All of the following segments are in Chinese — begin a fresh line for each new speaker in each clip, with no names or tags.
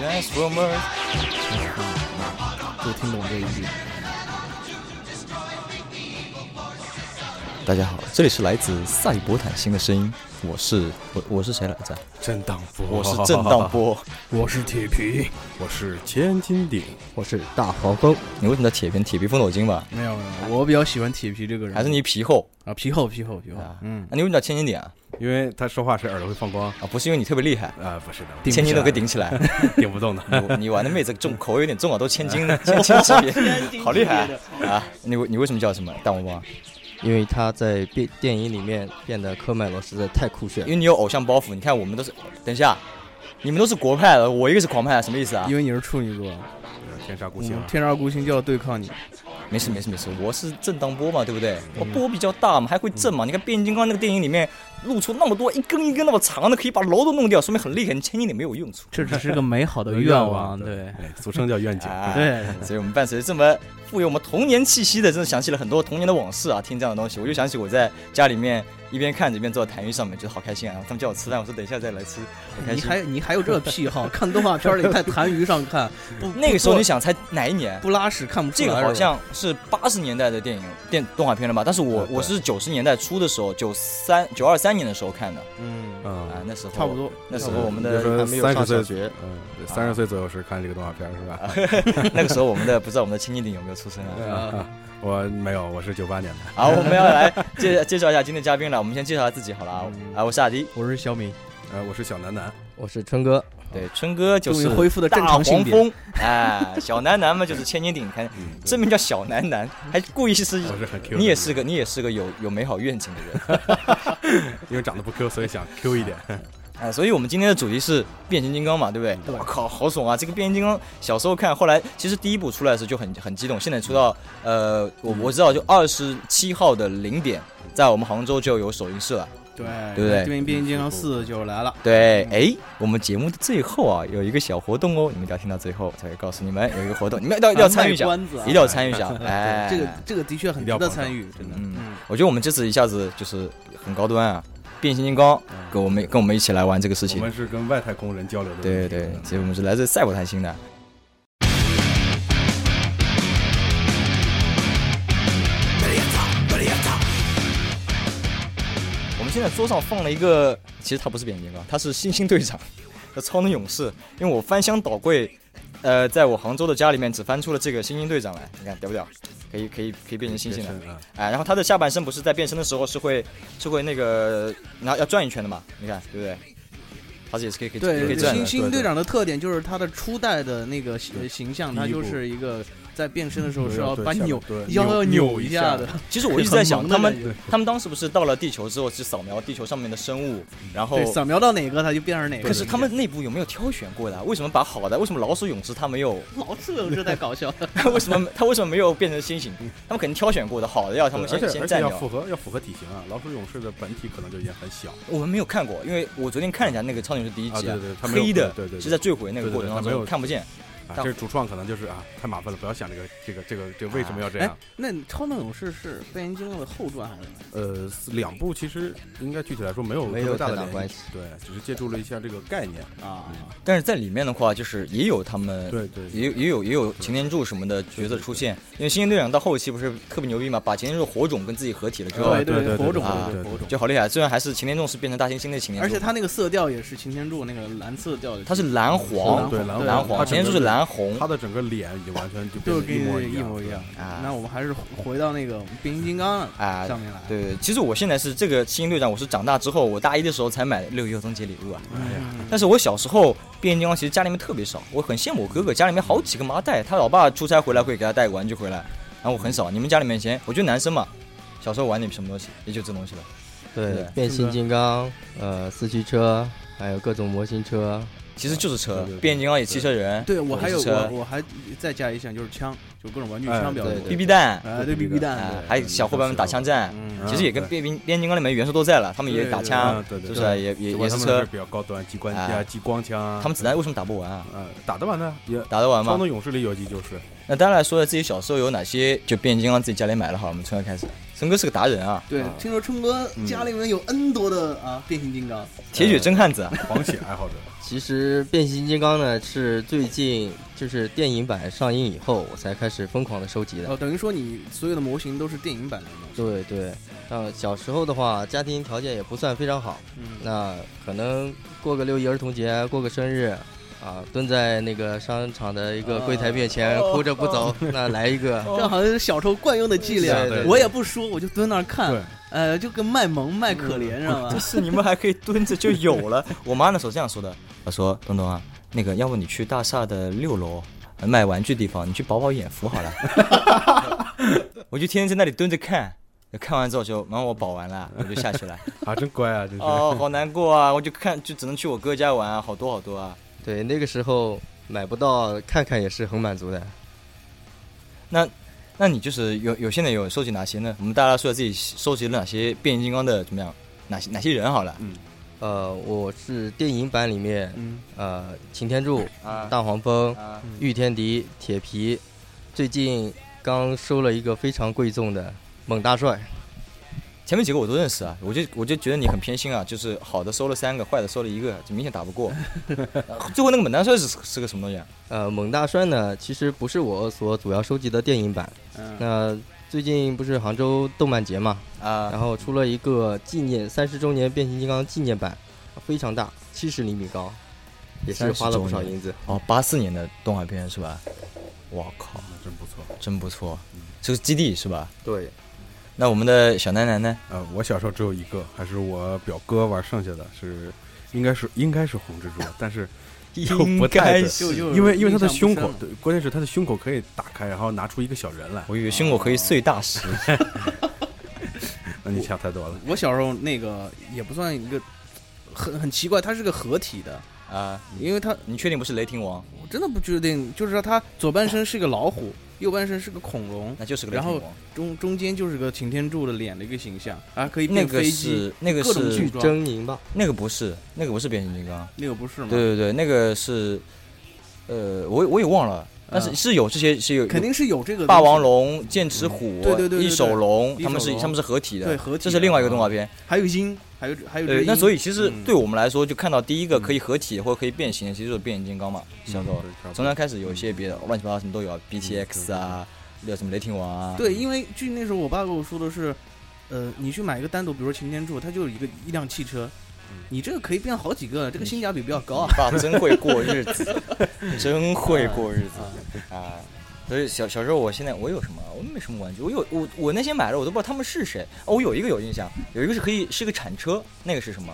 nice rumors。
就听懂这一句。
大家好，这里是来自赛博坦星的声音，我是我我是谁来着？
震荡波，
我是震荡，波。
我是铁皮，我是千斤顶，
我是大黄蜂，
你为什么叫铁皮？铁皮风斗金吧？
没有没有，我比较喜欢铁皮这个人，
还是你皮厚？
啊皮厚皮厚皮厚，
啊
嗯
啊，你为什么叫千斤顶啊？
因为他说话时耳朵会放光。
啊，不是因为你特别厉害，
啊，不是的，
顶不
千斤都
起来
给顶起来。
顶不动的。
你你玩的妹子重口味有点重啊，都千斤千斤级别，好厉害啊！你为你为什么叫什么大王八？
因为他在电电影里面变得科麦罗实在太酷炫
因。为你有偶像包袱。你看我们都是，等一下，你们都是国派的，我一个是狂派，什么意思啊
因？为你是处女座，
天煞孤
我
星
们
嗯
啊，
天煞孤星就要对抗你，
没事没事没事，我是正当波嘛，对不对？
嗯
我波比较大嘛，还会震嘛。你看变形金刚那个电影里面露出那么多一根一根那么长的，可以把楼都弄掉，说明很厉害。你千斤顶没有用处。
这只是个美好的
有
愿
愿
望，
望
对
哎俗称叫愿景。
哎
对，
所以我们伴随着这么富有我们童年气息的，真的想起了很多童年的往事啊。听这样的东西，我就想起我在家里面一边看着一边坐在痰盂上面，觉得好开心啊。他们叫我吃饭，我说等一下再来吃，好开
你
心。
还你还有这癖好，看动画片儿里在痰盂上看，不
那个时候
不
你想才哪一年？
不拉屎看不出
这
来
个好
是吧
像是八十年代的电影电动画片了吧？但是我
啊对
我是九十年代初的时候，九三九二三年的时候看的
嗯
啊
嗯，，
那时候
差不多，
那时候我们
就
的
说
还没有
三
上小
十岁，
学，
嗯，
啊
三十岁左右时看这个动画片是吧？
那个时候我 们的不知道我们的亲戚顶有没有出生啊？
啊
我没有，我是九八年的。
好，我们要来介介绍一下今天嘉宾了。我们先介绍一下自己好了啊啊，我是阿迪，
我是小敏，
呃，我是小楠楠，
我是春哥，
对，春哥就
终于
是
恢复了正
大
常性
黄
别，
蜂，哎，小男男嘛就是千斤顶，看
嗯，
真名叫小男男，还故意是
我是很 Q 的。
你也是个你也是个有有美好愿景的人。
因为长得不 Q，所以想 Q 一点。
哎，所以我们今天的主题是变形金刚嘛，对不对？我靠，好爽啊！这个变形金刚小时候看，后来其实第一部出来的时候就很很激动，现在出到呃，
嗯
我我知道就二十七号的零点，在我们杭州就有首映式了。
对
对不对
这边变形金刚四就来了，
对，哎，我们节目的最后啊有一个小活动哦，你们一定要听到最后才会告诉你们有一个活动，你们一定要一 定要参与一
啊
下，
卖关子啊
一定要参与 一下。哎，
这个这个的确很
一定
值
要
得
保障
参与，真的，
嗯
嗯，
我觉得我们这次一下子就是很高端啊，变形金刚
嗯
跟我们跟我们一起来玩这个事
我
情。
们是跟外太空人交流的。嗯
对对对，所以我们是来自赛博坦星的。我们现在桌上放了一个，其实它不是变形金刚，它是星星队长， 叫超能勇士。因为我翻箱倒柜，呃，在我杭州的家里面只翻出了这个星星队长来，你看屌不屌？可以可以可以变成星星了。
啊，
哎，然后它的下半身不是在变身的时候是会是会那个，然后要转一圈的嘛？你看对不对？它是也是可以可以可以
对，
对
转
新
的。
新
对
队
对
长的特点就是他的初代的那个形形象，
第一
他就
部
是一个在变身的时候是
对
要
对
把
下面
扭
对
腰
扭
要
扭
一
一
下
下
的，
其实我一直在想，
很
他
萌的
们
感觉
他们当时不是到了地球之后去扫描地球上面的生物，然后
对，扫描到哪个他就变成哪个。
可是他们内部有没有挑选过的啊？为什么把好的？为什么老鼠勇士他没 有？
老是有这在搞笑，
为什么他为什么没有变成猩猩？他们肯定挑选过的好的要他们
而
先
且
先
而且
占
要
掉
符。合要符合体型啊，老鼠勇士的本体可能就已经很小，
我们没有看过，因为我昨天看了一下那个超女是第一集
啊对对对他没有
黑的
对对对
是在坠毁那个过程当
对对对他没
中
有
看不见。
啊，
但
这主创可能就是啊，太麻烦了，不要想这个这个这个这个为什么要这
哎
样？，
那你超能勇士是变形金刚的后传还是？
呃，两部其实应该具体来说没有
没
特
有
别大
太
的
大
联
关
系
系，
对，只是借助了一下这个概念。嗯
啊，
但是在里面的话，就是也有他们
对对，
也也有也有擎天柱什么的角色出现，因为新人队长到后期不是特别牛逼嘛，把擎天柱火种跟自己合体了之后
啊，
对
对对
火种
啊
对火种，
就好厉害。虽然还是擎天柱是变成大猩猩的擎天柱，
而且他那个色调也是擎天柱那个蓝色调的，
他是蓝黄，
对
蓝
蓝
蓝
黄
它
黄，擎天
整
柱
个
是蓝红
他的整个脸已经完全就
就
变
跟
得一模
一
样
模一样。。
啊
那我们还是回到那个变形金刚
啊。
上面来，
对对，其实我现在是这个新队长，我是长大之后，我大一的时候才买六一儿童节礼物啊。
嗯，
但是我小时候变形金刚其实家里面特别少，我很羡慕我哥哥家里面好几个麻袋，他老爸出差回来会给他带个玩具回来，然后我很少。你们家里面以前，我觉得男生嘛，小时候玩点什么东西也就这东西了。对
对，变形金刚，呃，四驱车，还有各种模型车，
其实就是车
对对，对
变形金刚也汽车人，
对我还有
火车
我我还再加一项就是枪，就各种玩具枪比较
哎
多
对，
，BB 弹，
哎
对
对 BB
啊
弹，
还有小伙伴们打枪战，
嗯
嗯
呃
其实也跟变形变形金刚里面元素都在了，他们也打枪，
对对
是
对，
不是？也也也
只不过他
是
们
车
是，比较高端，激光机
啊
啊，激光枪啊，
他们子弹为什么打不完啊？
呃打得完的也。
打得完
超
吗？
能勇士里有一集就是，
啊那当然来说，自己小时候有哪些就变形金刚自己家里买了好了，我们从这开始。森哥是个达人啊，
对，听说春哥家里面有 N 多的
嗯
啊变形金刚，
铁血真汉 子啊。
狂喜爱好者，
其实变形金刚呢是最近就是电影版上映以后，我才开始疯狂的收集的。
哦，等于说你所有的模型都是电影版的模型，
对对，呃，小时候的话，家庭条件也不算非常好，
嗯，
那可能过个六一儿童节，过个生日，啊，蹲在那个商场的一个柜台面前、
哦
哭着不走，那来一个，
这好像是小时候惯用的伎俩
对对，对
我也不说，我就蹲那儿看
对，嗯
呃，就跟卖萌卖可怜知道吧
就？是你们还可以蹲着就有了。我妈那时候这样说的，她说：“东东啊，那个要不你去大厦的六楼呃卖玩具地方，你去饱饱眼福好了。” 我就天天在那里蹲着看，看完之后就，然后我饱完了，我就下去了。
啊，真乖啊，真是。
哦，好难过啊！我就看，就只能去我哥家玩啊，好多好多啊。
对，那个时候买不到，看看也是很满足的。
那你就是有有现在有收集哪些呢？我们大家说自己收集了哪些变形金刚的怎么样？哪些哪些人好了？
嗯
呃，我是电影版里面，
嗯，
呃，擎天柱、
啊
大黄蜂、
啊
玉天敌、铁皮，最近刚收了一个非常贵重的猛大帅。
前面几个我都认识啊，我就我就觉得你很偏心啊，就是好的收了三个，坏的收了一个，就明显打不 过。呃最后那个猛男帅是是个什么东西啊？
呃，猛大帅呢，其实不是我所主要收集的电影版。
嗯，
那最近不是杭州动漫节嘛，然
啊，
后出了一个纪念三十周年变形金刚纪念版，非常大，七十厘米高，也是花了不少银子。
哦，八四年的动画片是吧？我靠，
那啊真不错。
真不错，这个基地是吧？
对，
那我们的小楠楠呢？
呃，我小时候只有一个，还是我表哥玩剩下的，是应该是应该是红蜘 蛛，但是又不带
应该，
的
是
就就
因为因为他的胸
嗯印象
口
不，深
对，关键是他的胸口可以打开，然后拿出一个小人来。
我以为胸口可以碎大石。
那你想太多了。
我小时候那个也不算一个。很很奇怪，它是个合体的，
啊，
因为它
你确定不是雷霆王？
我真的不确定，就是说它左半身是个老虎，右半身是个恐龙，
那就是个雷
然
霆
后
王。
中中间就是个擎天柱的脸的一个形象啊，可以
那
变
个
飞机，
是那个
各种
是
剧
狰狞吧，
那个不是那个不是变形金刚。
那个不是吗？
对，对对，那个是，呃，我也我也忘了，但是
嗯
是有这些是有
肯定是有这个
霸王
东
龙、剑齿虎、
对对对对对
一手龙，
一
他们
手
是
龙
他们是合体
西，
的，
对，合体
这
的嗯
是另外一个动画片。
还有鹰，还有还有只
对，那
鹰
所以其实
嗯
对我们来说，就看到第一个
嗯
可以合体或者可以变形的，其实就是变形金刚嘛，
嗯
小时候。从那开始有一些别的乱七八糟什么都有啊，BTX
嗯
啊，有什么雷霆王啊，
对，因为据那时候我爸跟我说的是，呃，你去买一个单独，比如说擎天柱，它就是一个一辆汽车
嗯，
你这个可以变好几个，这个性价比比较高
你
啊。
爸真会过日子，真会过日子啊！所以小小时候，我现在我有什么？我没什么玩具，我有我我那些买了，我都不知道他们是谁。哦，我有一个有印象，有一个是可以是个铲车，那个是什么？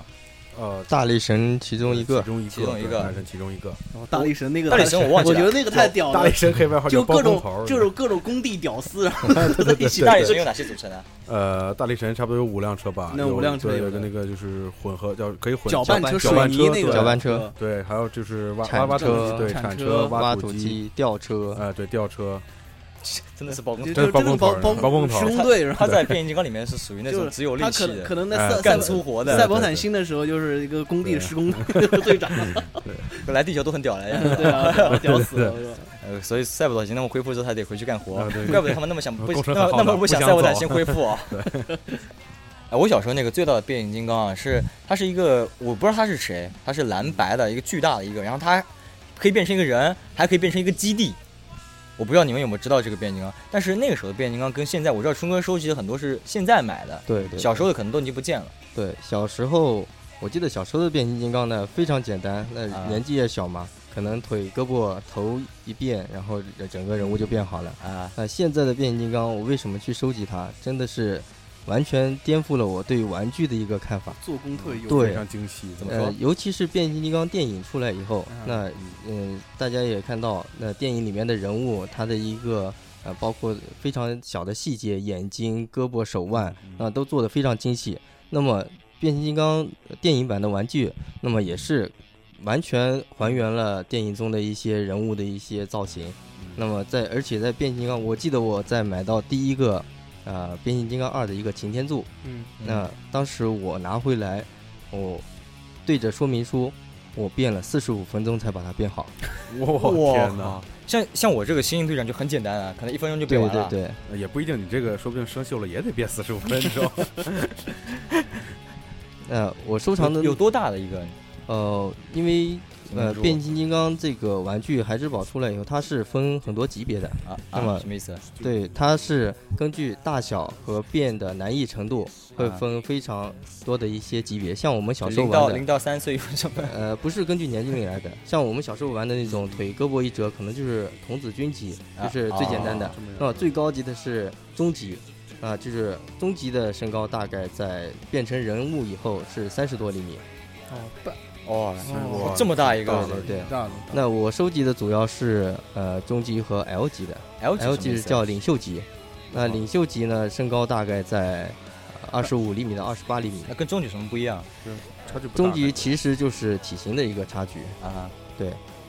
呃，
大力神其中一个
其。中一个，
其中一个
对男神其中一个，
然后大力神那个
嗯大力神我忘记
我
了
觉得那个太屌
大
了
力，神黑白号
哦就
叫
各
包
种
工头，
就是各种工地屌丝，然 后都在一起
对
大
打
力神有哪些组成啊？
呃，大力神差不多有五辆车吧，
那
有
五辆车
对
有
有个
的
那个就是混合叫可以混
搅拌车、
搅
水
拌
泥
车
那个呃
对
搅拌车，
对，还有就是挖
铲
挖挖土
车
机，对，
铲
铲
车
挖
挖
土
机，
机、吊车，
呃，对，吊车，
真的是包工
就
头。
嗯这
就是
包
真
工
的
头儿
包包
包工头儿
施工队是吧？
他在变形金刚里面是属于那种只有力
他
气
可能可
的，
能在
哎
赛赛
干
博
粗活
对
赛
的，
博
对
坦
对
星的时候，就是一个工地的
对
施工队长，
来地球都很屌了呀。
对啊，屌屌死了！是吧
呃，所以赛博坦星那么恢复之后，他得回去干活，
啊对
怪不得他们那么想不
工程
那
很浩
那么
大
不想
不想
赛博坦
走
星恢复啊。 哎，我小时候那个最大的变形金刚啊，是它是一个我不知道它是谁，它是蓝白的一个巨大的一个，然后它可以变成一个人，还可以变成一个基地。我不知道你们有没有知道这个变形金刚，但是那个时候的变形金刚跟现在，我知道春哥收集的很多是现在买的，
对对，
小时候的可能都已经不见了。
嗯对，小时候我记得小时候的变形金刚呢非常简单，那
啊
年纪也小嘛，可能腿、胳膊、头一变，然后整整个人物就变好了。
啊，
那现在的变形金刚，我为什么去收集它？真的是完全颠覆了我对玩具的一个看法。
做工特有，
对
非常精细，
怎么说
呃，尤其是变形金刚电影出来以后，
嗯
那嗯、大家也看到，那电影里面的人物，他的一个呃，包括非常小的细节，眼睛、胳膊、手腕，
嗯
嗯
啊、都做的非常精细。那么变形金刚电影版的玩具，那么也是完全还原了电影中的一些人物的一些造型。
嗯
那么在而且在变形金刚，我记得我在买到第一个呃变形金刚二的一个擎天柱，
嗯，
那当时我拿回来，我对着说明书，我变了四十五分钟才把它变好。
我
哇
天哪！
像像我这个新兴队长就很简单啊，可能一分钟就变
对
完了
对。对，
呃也不一定，你这个说不定生锈了也得变四十五分钟。
呃，我收藏的
有有多大的一个？
呃，因为呃
形状
变形金刚这个玩具孩之宝出来以后，它是分很多级别的，
啊
那么
啊，什么意思？
对，它是根据大小和变的难易程度会
啊
分非常多的一些级别，像我们小时候
零到
玩
零
的。
到三岁有什么？
呃，不是根据年龄来的，像我们小时候玩的那种腿胳膊一折，可能就是童子军级，
啊
就是 最简单的。
这么
那么最高级的是中级，啊、就是中级的身高大概在变成人物以后是三十多厘米。
哦，半
哦，
哦
哇
这么大一个
对对
大了。
那我收集的主要是呃中级和 L 级的
，L
，L
级
级
什么意思
是
啊哦
叫领袖级，那领袖级呢身高大概在二十五厘米到二十八厘米。
那跟中级有什么不一样
差距不大
中级其实就是体型的一个差距。
啊？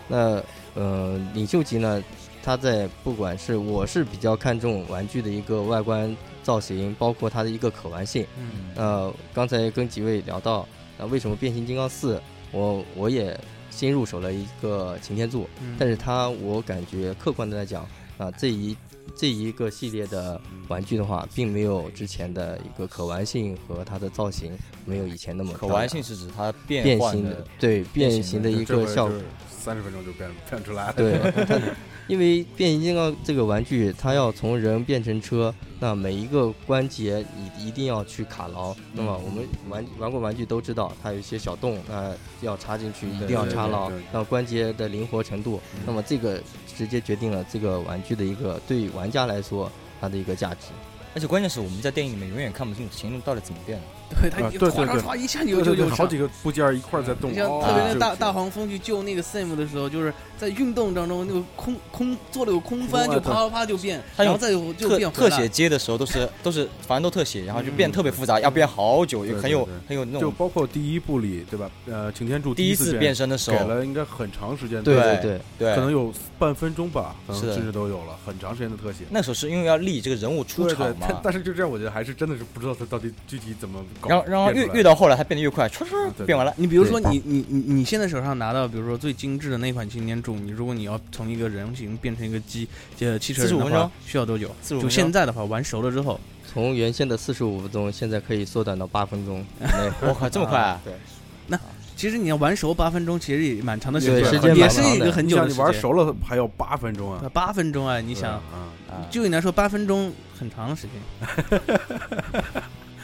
那呃领袖级呢，它在不管是我是比较看重玩具的一个外观造型，包括它的一个可玩性。
嗯，
呃，刚才跟几位聊到，那、为什么变形金刚四，我我也新入手了一个擎天柱，
嗯
但是它我感觉客观的来讲，啊、这一这一个系列的玩具的话，并没有之前的一个可玩性和它的造型没有以前那么
呃可
漂
玩
亮
性是指它变
变
换
形的，对
变
变
形
形
的
的一个效果。
三十分钟就变变出来了。
对，它 因为变形金刚这个玩具，它要从人变成车，那每一个关节你一定要去卡
嗯
牢。那么我们玩玩过玩具都知道，它有一些小洞，那要插进去，一定要插
嗯
牢
对嗯对对对。
那关节的灵活程度，那么这个直接决定了这个玩具的一个对于玩家来说它的一个价值。
而且关键是我们在电影里面永远看不清楚行动到底怎么变的。
对他
啊
一
对
唰唰
对对
唰一下
对
就
对
就
对
就
好
上
几个部件儿一块儿在动，
你像
哦
特别
啊
那
就
大
就
大黄蜂去救那个 Sam 的时候，就是在运动当中，那个空空做了个空翻，
空
就
翻
啪啪啪就变，
他
然
用
后再有就
特
变回
特
来
写。接的时候都是 都是反正都特写，然后就变
嗯
特别复杂，要变好久，
对
有
对
很有
对
很有那
就
种
包括第一部里对吧？呃，擎天柱
第
一
一次变身的时
给
候，
了应该很长时间的，
对
对
对，
对
可，能有半分钟吧，可能
是的
甚至都有了很长时间的特写。
那时候是因为要立这个人物出
对对
场，
但
嘛。
但是就这样，我觉得还是真的是不知道他到底具体怎么搞。
然后，然后
变
越
出来
越到后来，它变得越快，唰唰
嗯对
变完了。
你比如
对
说你你你你现在手上拿到，比如说最精致的那款擎天柱，你如果你要从一个人形变成一个机呃汽车人
45
的
分
话
钟，
需要多久？
45
就
分
现
钟
在的话，玩熟了之后，
从原先的四十五分钟，现在可以缩短到八分钟以内。
我靠，这么快啊！
对，
其实你要玩熟八分钟，其实也蛮长的时
对
间，
时间
也
蛮
是
长
一
的
个很
你
久
想
的
你
时
玩
间
熟了还要八分钟啊！
八分钟啊！你想，
啊，
啊
就你来说，八分钟很长的时间。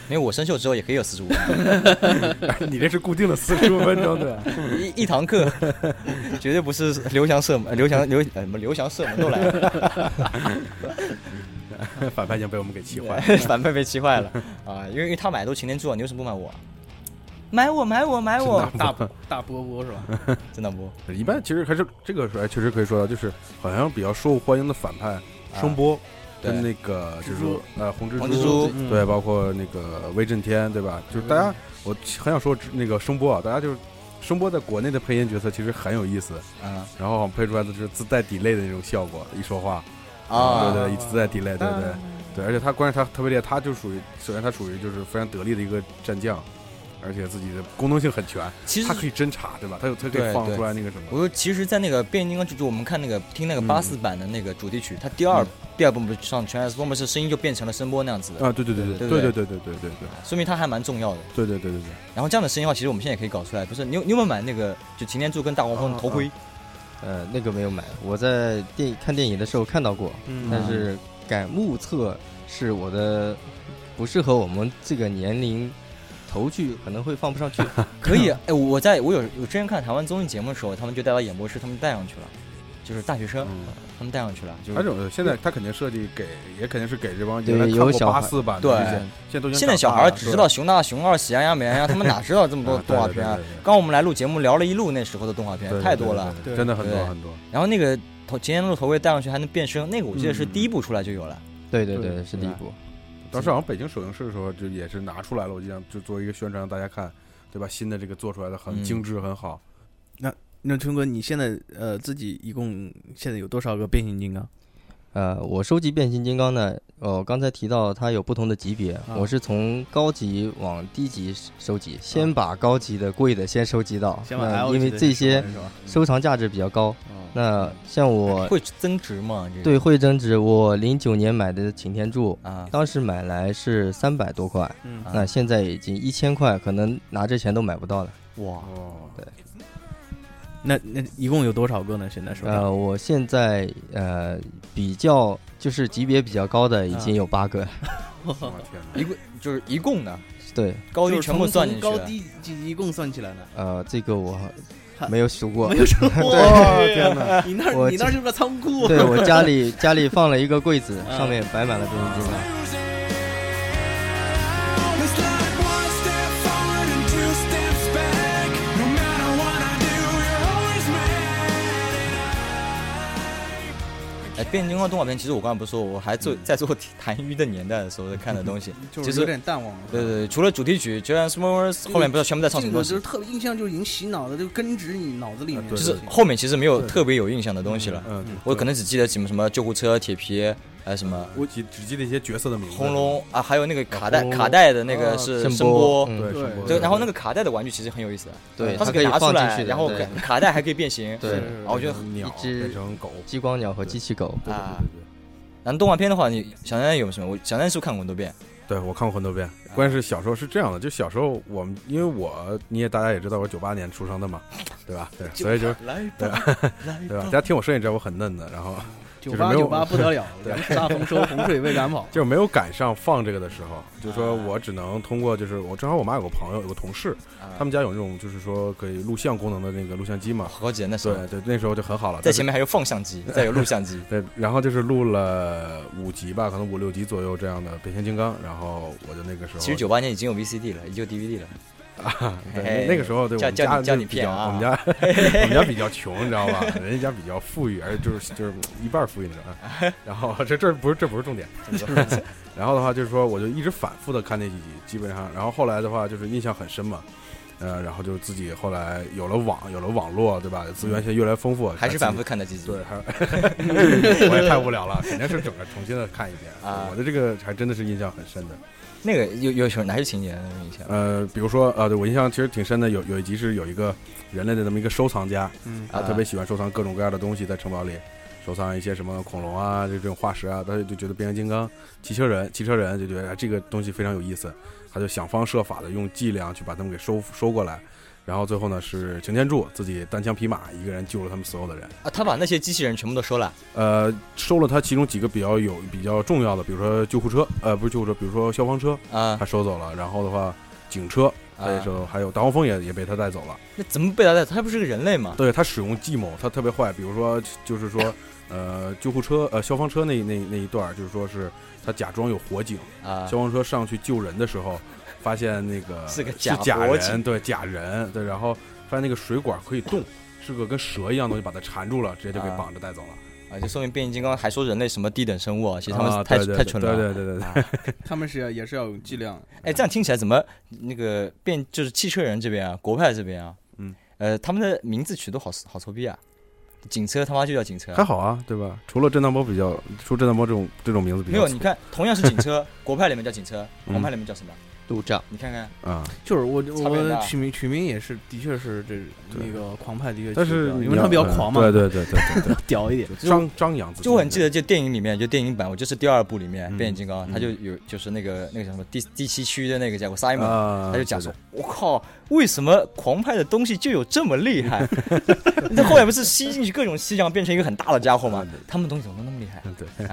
因为我生锈之后也可以有四十五，
你这是固定的四十五分钟 对吧？
一一堂 课，绝对不是刘翔射门，刘翔刘呃什么刘翔射门都来了，
反派已经被我们给气坏了。
反派被气坏了啊！因为因为他买的都是擎天柱啊，你为什么不买我？买我买我买我！
大大波波是吧？
嗯
真的不？
一般其实还是这个是哎确实可以说到，就是好像比较受欢迎的反派，声波跟
啊对
那个
啊蜘
蜘
蛛
蛛呃红蜘
红蜘
蛛
蛛，
嗯
对，包括那个威震天对吧？就是大家我很想说蜘那个声波啊，大家就是声波在国内的配音角色其实很有意思，
啊
然后好像配出来的就是自带 delay 的那种效果，一说话
啊！
对对，一自带 delay 对对对，而且他关键他特别厉害，他就属于首先他属于就是非常得力的一个战将。而且自己的功能性很全，
其实
他可以侦查，对吧？他有他可以
对
放
对
出来那个什么
我，说，其实，在那个变形金刚就就我们看那个听那个八四版的那个主题曲，它第二
嗯
第二部不是上 Transformers 声音就变成了声波那样子的，
啊，对对对
对
对
对
对对对对对对对
说明它还蛮重要的。
对对对对对，
然后这样的声音的话，其实我们现在也可以搞出来。不是你有你有没有买那个就擎天柱跟大黄
嗯
蜂的头盔？
呃，那个没有买，我在电看电影的时候看到过，
嗯
但是敢目测是我的不适合我们这个年龄头去，可能会放不上 去。
可以，哎，我在我有我之前看台湾综艺节目的时候，他们就带到演播室，他们带上去了，就是大学生，
嗯，
他们带上去了，就
他
是
这种现在他肯定设计给，也肯定是给这帮
对
原来看过
有小孩
八四版的
对
这些，现在都已经
现在小孩
长大
儿
了
只知道熊大、熊二、喜羊羊、美羊羊，他们 哪知道这么多
啊对
动画
对对
片啊
对？对
刚我们来录节目聊了一路那时候的动画
对
片，
对
太多了。
对对对真的很
对
多很多。
然后那个头擎天柱头盔戴上去还能变身，那个我记得是
嗯
第一部出来就有了。
对对
对
对，是第一部。
当时好像北京首映式的时候，就也是拿出来了，我就想就作为一个宣传让大家看，对吧？新的这个做出来的很
嗯
精致，很好。
那春哥，你现在呃自己一共现在有多少个变形金刚？
呃，我收集变形金刚呢，呃，我刚才提到它有不同的级别，
啊
我是从高级往低级收集，先把高级的贵的先收集到，
啊先把
呃
L
因为
级的
这
先说
些
完是吧
收藏价值比较高。
嗯
那像
嗯
我
会增值吗？这个
对会增值，我零九年买的擎天柱，
啊，
当时买来是三百多块，
嗯
啊
那现在已经一千块，可能拿这钱都买不到了。
哇，
哦，
那那一共有多少个呢？现在手上
呃，我现在呃比较就是级别比较高的已经
嗯
有八个了，
我天哪！
一个就是一共的
对，
高低
就是
全部
从
算进去
高
了，
低一共算起来呢？
呃，这个我没有数过
没。有什 么，
哦天哪！
你那儿
我
你那儿就是个仓库。
对我家里家里放了一个柜子，
嗯
上面摆满了变形金刚。
嗯
It's like one step forward and two steps back. No matter what I do, you're always mad.
哎，变形金刚动画片，其实我刚才不是说，我还
嗯
做在做 谭鱼的年代的时候在看的 东西，
就是
其实
有点淡忘了。
对对对，除了主题曲《Transformers》后面不知道全部在唱什
这
么
个
东
就是
西，
特别印象，就是已经洗脑的，就根植你脑子里
啊
面。
对
就
对
是后面其实没有特别有印象的东西了，
嗯，
我可能只记得什么什么救护车、铁皮，还有什么
我记只记得一些角色的名字。
轰隆啊，还有那个卡带
轰隆
卡带的那个
啊
是
声
声波。
嗯
对
对
声波
对，然后那个卡带的玩具其实很有意思的，
对
它是
它可以
拿出
放进
来，
去的
然后
对
卡卡带还可以变形，
对
是
啊，我觉得
鸟
一只
变成狗，
激光鸟和机器狗，
对
啊
对对对
然后动画片的话，你小南有什么？我小南是不是看过很多遍，
对，我看过很多
啊
遍。关键是小时候是这样的，就小时候我们，因为我你也大家也知道，我九八年出生的嘛，对吧？对，所以就
来
对吧？对吧？大家听我声音知道我很嫩的，然后
九
就是
八
没有
九八不得 了，
对
扬沙丰收，洪水未赶跑。
就没有赶上放这个的时候，就说
啊
我只能通过，就是我正好我妈有个朋友有个同事，
啊
他们家有那种就是说可以录像功能的那个录像机嘛，
好姐那时候
对对，那时候就很好了，
在
但
前
是
面还有放相机，再有录像机，
对，然后就是录了五集吧，可能五六集左右这样的变形金刚，然后我就那个时候
其实九八年已经有 VCD 了，已经有 DVD 了。
对，
嘿
那那个时候对我
叫
们
叫
家
你叫
就
你
比较
骗啊
我 们家我们家比较穷，你知道吧？人家家比较富裕，而且就是就是一半富裕那 种啊。然后这这不是这不是重点，
嗯
然后的话就是说，我就一直反复的看那几集，基本上，然后后来的话就是印象很深嘛。呃，然后就自己后来有了网，有了网络，对吧？资源现在越来越丰富，
嗯还是反复
自己
看的几集。
对，还 我也太无聊了，肯定是整个重新的看一遍。
啊
我的这个还真的是印象很深的。
那个有有什么哪些情节呢？有印象？
呃，比如说，呃，对我印象其实挺深的，有有一集是有一个人类的那么一个收藏家，
嗯
啊
啊他特别喜欢收藏各种各样的东西，在城堡里收藏一些什么恐龙啊，就这种化石啊，他就觉得变形金刚、汽车人、汽车人就觉得、哎、这个东西非常有意思，他就想方设法的用伎俩去把他们给收收过来。然后最后呢是擎天柱自己单枪匹马一个人救了他们所有的人，
啊，他把那些机器人全部都收了。
呃，收了他其中几个比较有比较重要的，比如说救护车，呃，不是救护车，比如说消防车，
啊
他收走了。然后的话，警车他也
啊！
收走，还有大黄蜂也也被他带走了。
那怎么被他带走？他不是个人类吗？
对他使用计谋，他特别坏。比如说，就是说，呃，救护车、呃，消防车那那那一段儿，就是说是他假装有火警，
啊
消防车上去救人的时候，发现那个
是个
假
假火
人，
警
对假人，对，然后发现那个水管可以动，是个跟蛇一样的东西，把它缠住了，直接就给
啊
绑着带走了。
啊！就说明变形金刚还说人类什么低等生物啊，其实他
啊
们太
对对
太蠢了。
对对对对对，
啊
他们是要也是要有剂量，
哎，这样听起来怎么那个变就是汽车人这边啊，国派这边啊，
嗯，
呃，他们的名字取得好好臭屁啊！警车他妈就叫警车，
还好啊，对吧？除了震荡波比较，除了震荡波这种这种名字比
没
较
有？
粗
你看，同样是警 车，国派里面叫警车，
嗯
红派里面叫什么？
路障。
你看看，
啊，
就是我
差别很大
我取名取名也是，的确是这
对
那个狂派的一个指标，
但是
因
你
为他
要
比较
嗯
狂嘛，
对对对对对对，
屌一点。
就张张扬自己，
就我很记得，就电影里面，就电影版，我就是第二部里面
嗯
变形金刚，
嗯
他就有就是那个那个叫什么第第七区的那个家伙 Simon，、
啊，
他就讲
对
说，我靠，为什么狂派的东西就有这么厉害？ 那后来不是吸进去各种吸氧，变成一个很大的家伙吗
嗯对？
他们东西怎么那么厉害？
对对，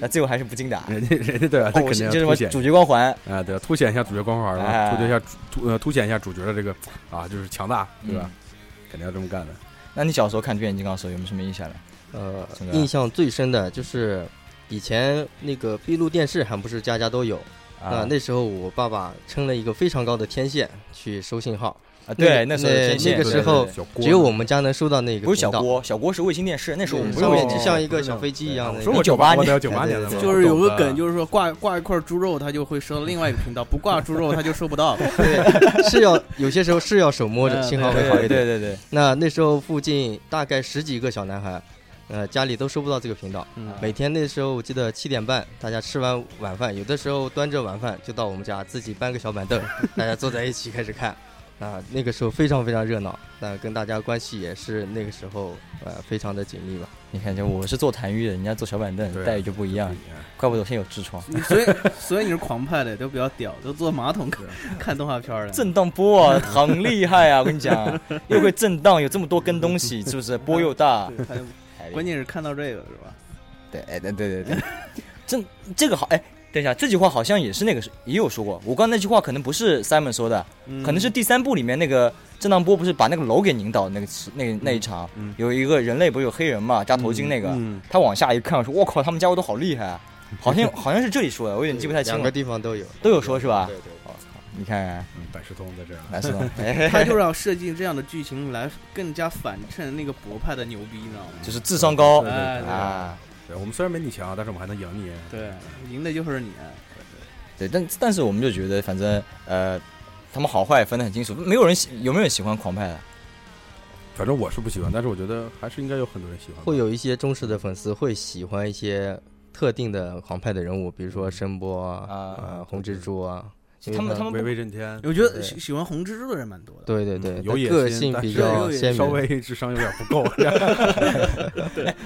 那最后还是不禁的啊。
人家人家对 啊，他
哦，
肯
我
定
是
要
就是什
凸
么
显
主角光环，
啊，对，凸显一下主角光环嘛，
哎
凸显一下主凸呃凸显一下主角的这个啊，就是强大，对吧？肯定要这么干的。
嗯那你小时候看变形金刚的时候有没有什么印象呢？
呃
这个，
印象最深的就是以前那个闭路电视还不是家家都有啊、那时候我爸爸撑了一个非常高的天线去收信号，
啊，对，
那个
时候的天线
那个时候
对对对
小郭，
只有我们家能收到那个
不是小
频道，
锅，小锅是卫星电视，那时候我们嗯
对
不
上
用
面
卫
就
星
像一个小飞机一样
我
的。
说我
九八
98
年
我九八年的嘛，
就是有个梗，
是
就是说挂挂一块猪肉，它就会收到另外一个频道；不挂猪肉，它就收不 到。
对，是要有些时候是要手摸着，
嗯
信号
对
会好
对
一
对
点。
对对，
那那时候附近大概十几个小男孩，呃，家里都收不到这个频道。
嗯
每天那时候我记得七点半，大家吃完晚饭，有的时候端着晚饭就到我们家，自己搬个小 板凳，大家坐在一起开始看。啊，那个时候非常非常热闹，那跟大家关系也是那个时候呃非常的紧密吧。
你看，就我是坐痰盂的，人家坐小板凳
对，啊
待遇就不一
嗯
样，怪不得我现在有痔疮。
你所以所以你是狂派的，都比较屌，都坐马桶 看看动画片 儿的。
震荡波啊，很厉害啊！我跟你讲， 又会震荡，有这么多根东西，是不是？波又大，哎
对，还关键是看到这个是吧？
对，哎，对对对对，这这个好，哎，等一下，这句话好像也是那个也有说过，我刚才那句话可能不是 Simon 说的，
嗯
可能是第三部里面那个震荡波不是把那个楼给拧倒那个时那个那一场
嗯，
有一个人类不是有黑人嘛，扎头巾那个，
嗯
他往下一看，我说我靠，他们家伙都好厉害 啊，好像好像是这里说的，我有点记不太
两
清
个
了，
地方都有，
都有说是吧
对对对。
你看啊看，
嗯百事通在这儿了。
男士们，哎
他就是要设计这样的剧情来更加反衬那个博派的牛逼，你知道吗？
就是智商高
对
哎
对对
啊。
对，我们虽然没你强，啊但是我们还能赢你。
对，赢的就是你。
对，但但是我们就觉得，反正呃，他们好坏分得很清楚，没有人喜有没有人喜欢狂派的？
反正我是不喜欢，但是我觉得还是应该有很多人喜欢吧。
会有一些忠实的粉丝会喜欢一些特定的狂派的人物，比如说声波啊
啊、
呃红蜘蛛啊，因为
他们他们
巍
不
巍震天，
我觉得
对
喜喜欢红蜘蛛的人蛮多的。
对对对，
嗯有
他
野
个
心
性
但
比
是
较
有野
鲜
稍
明，
微智商有点不够。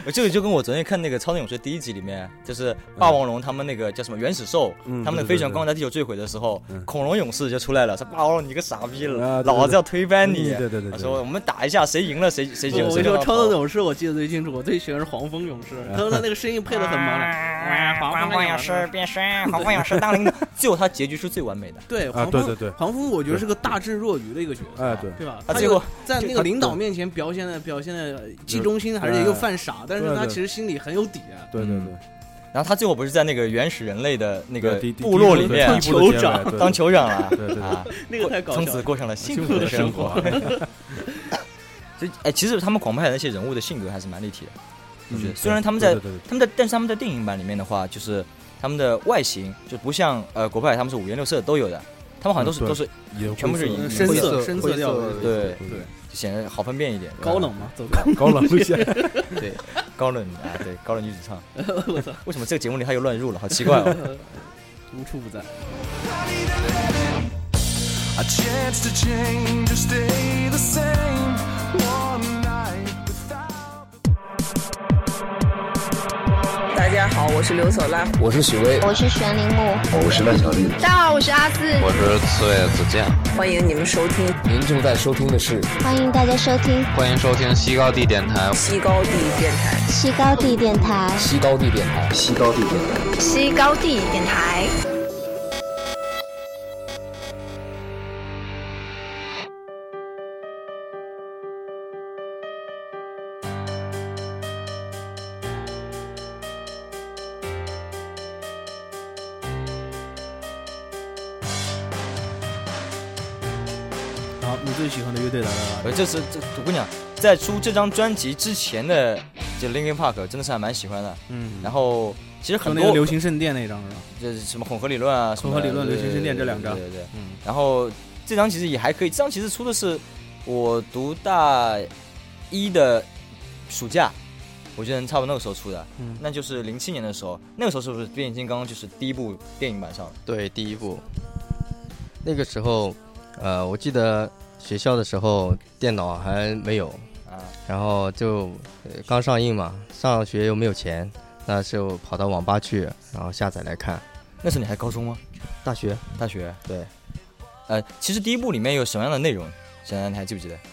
我这个就跟我昨天看那个《超能勇士》第一集里面，就是霸王龙他们那个叫什么原始兽，
嗯
他们的飞船刚在地球坠毁的时候，
嗯
恐龙勇士就出来了，说霸王龙你个傻逼
啊
了，
对对嗯
老子要推翻
对
你。
对对对
他啊
对，
说我们打一下，谁赢了谁谁就
我
谁
我
就哦
说
要
哦超能
跑
勇士，我记得最清楚，我最喜欢是黄蜂勇士，
啊
他的那个声音配的很忙的。
嗯黄蜂勇士变身，黄蜂勇士当领导。
最后他结局是最完美的。
对，
啊
黄
对
蜂，
对对
黄蜂，我觉得是个大智若愚的一个角色，
哎对
对吧？
啊
他
结果
又在那个领导面前表现的表现的既忠心，而且又犯傻，但是他
对对
其实心里很有底啊。
对对对，
然后他最后不是在那个原始人类的嗯那个
第
部落里面
当
第一部的结尾
酋长
对对对
当酋长啊，
对对对
啊，
那个太搞
从
笑
此
了。
过上了幸
幸
福
福
的
的
生
生
活
活。
所以，哎，其实他们广派那些人物的性格还是蛮立体的。我觉得
嗯
虽然他们在
对对对
他们在，但是他们在电影版里面的话，就是他们的外形就不像呃国派，他们是五颜六色的都有的，他们好像都是
嗯对
都是
对也
全部是
灰
银
呃深
灰
色
色
深
灰
色调
色
的
对，
对
就显得好分辨一点，
高冷嘛，走高冷。
高冷路线，
对高冷啊，对高冷女子唱。
我操，
为什么这个节目里还有乱入了？好奇怪哦。
无处不在。
A chance to change or stay the same. One night without.
大家好，我是刘索拉，
我是许巍，
我是玄铃木，
我是赖小丽，
大家好，我是阿四，
我是刺猬子健，
欢迎你们收听
您正在收听的是
欢迎大家收听
欢迎收听西高地电台。
西高地电台。
西高地电台。
西高地电台。西高地电台，
西高地电台，
好，你最喜欢的乐队来啊来来，
呃，这是这我跟你讲，在出这张专辑之前的就 Linkin Park 真的是还蛮喜欢的。
嗯，
然后其实
就
很
那个
多
流行圣殿那张是吧？
就是什么混合理论啊，什么
混合理论
对
流行
对
圣殿这
对
两张
对对对。
嗯，
然后这张其实也还可以，这张其实出的是我读大一的暑假，我觉得差不多那个时候出的，
嗯
那就是零七年的时候，那个时候是不是《变形金刚》就是第一部电影版上了？
对，第一部。那个时候，呃，我记得学校的时候电脑还没有，
啊，
然后就呃刚上映嘛，上学又没有钱，那就跑到网吧去，然后下载来看。
那时候你还高中吗？
大学
大学？
对，
呃，其实第一部里面有什么样的内容？沈阳，你还记不记得？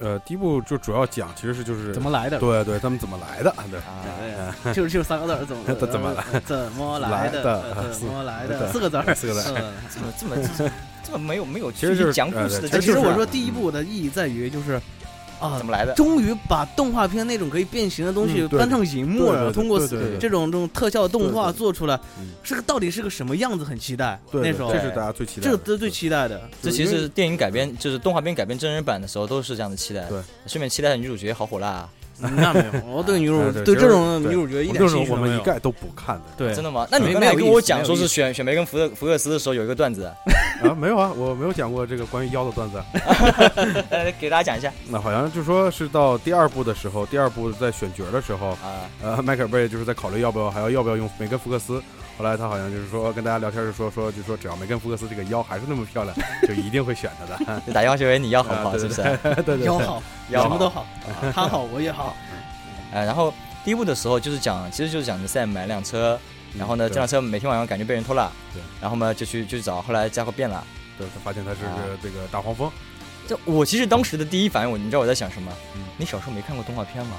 呃，第一部就主要讲其实是就是
怎么来的？
对对，他们怎么来的？对，
啊，
对，就是 就是三个字儿，怎么呃
这哎 怎么来？
怎么来的？呃怎么来的？
对
四个字儿，嗯
四个字儿
儿。
这么这么这么没有没有
其实就
去
是
讲故事的
呃对
精神，
哎其实我说
这
第一部的意义在于就是，啊
怎，么来的？
终于把动画片那种可以变形的东西
嗯对
搬上荧幕了，
对对对
通过
对对对
这种这种特效动画
对对对
做出来
嗯，
是个到底是个什么样子，很期待。
对
那
对
时候
这是大家最期待
这
的，
个这是最期待的，
这其实是电影改编，就是动画片改编真人版的时候都是这样的期待。
对，
顺便期待一下女主角好火辣啊，
那没有，我对女主
啊 对
对
其
这
实
种
对
女主角一
我
点
就是
兴趣
我
都没
们
有
一。 概都不看的
对，
真的吗？那你
没
刚才
有
跟
意
我
思
讲
没有
说
意
是
思
选选梅根福特福克斯的时候有一个段 子，
啊，没有啊，我没有讲过这个关于妖的段子啊。
呃，给大家讲一下
那好像就说是到第二部的时候，第二部在选角的时候，
啊，
呃，迈克尔贝就是在考虑要不要还要要不要用梅根福克斯。后来他好像就是说跟大家聊天就说说就说只要梅根福克斯这个妖还是那么漂亮，就一定会选她的。
就打电话去问你要好
啊
不好，
对
是不是？
对对对，
腰好，
要
什么 都好，他好我也好。
呃，然后第一部的时候就是讲，其实就是讲 Sam 买辆车，然后
嗯
呢，
对
这辆车每天晚上感觉被人偷了，
对，
然后嘛就去就去找，后来家伙变了。
对，他发现他是
啊
个这个大黄蜂，
就我其实当时的第一反应，我你知道我在想什么？
嗯
你小时候没看过动画片吗？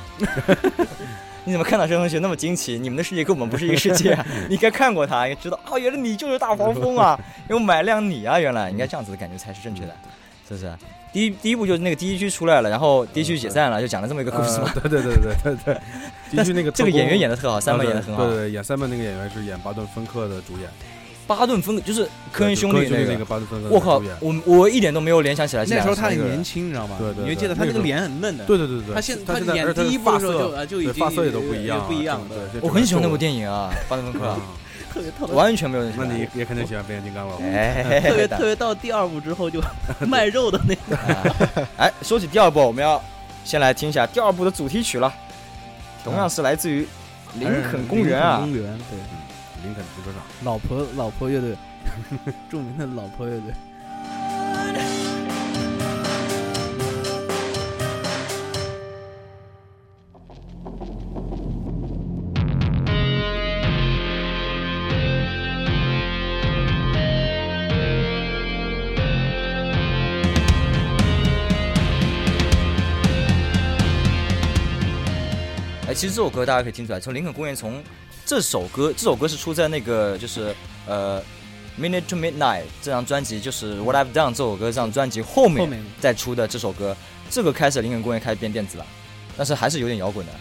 你怎么看到这东西那么惊奇？你们的世界跟我们不是一个世 界、啊，你应该看过它，应该知道哦，原来你就是大黄蜂啊，又买辆你啊，原来应该这样子的感觉才是正确的，
嗯
是不是？第一第一部就是那个第一区出来了，然后第一区解
嗯
散了，就讲了这么一个故事嘛
呃。 对对对对 对对，继续那个
这个演员演
的
的特好，三本演的很好
嗯对，对对，演三本那个演员是演巴顿芬克的主演，
巴顿芬就是科恩
对
兄
科
弟
恩
那
那
个
个。巴顿芬克的
我靠
主演，
我我一点都没有联想起来。
那时候他
他
很年轻，你知道吗？
对对对
你会记得他那个脸很嫩的。
对对对对，
他现
他现在
演
而且
第一部的时候
发色
就啊就已
对
经
发色也都不一样
也
啊，
不一样
整
的
个。对
我很喜欢那部
影。
电影啊，《巴顿芬克》
啊
啊，
特别特别
完全没有联想
那
起来。
你也肯定喜欢变形金刚了。
哎，
特别特别到第二部之 后就卖肉 的那个，
哎，说起第二部，我们要先来听一下第二部的主题曲了，同样是来自于林肯公园啊
嗯林肯公园对，
林肯停车场，
老婆老 婆乐队，著名的老婆乐队。
哎，其实这首歌大家可以听出来，从林肯公园从这首歌，这首歌是出在那个就是呃《Minute to Midnight》这张专辑，就是《What I've Done》这首歌这张专辑后
后
面
面
再出的这首歌，这个开始林肯公园开始变电子了，但是还是有点摇滚的。
嗯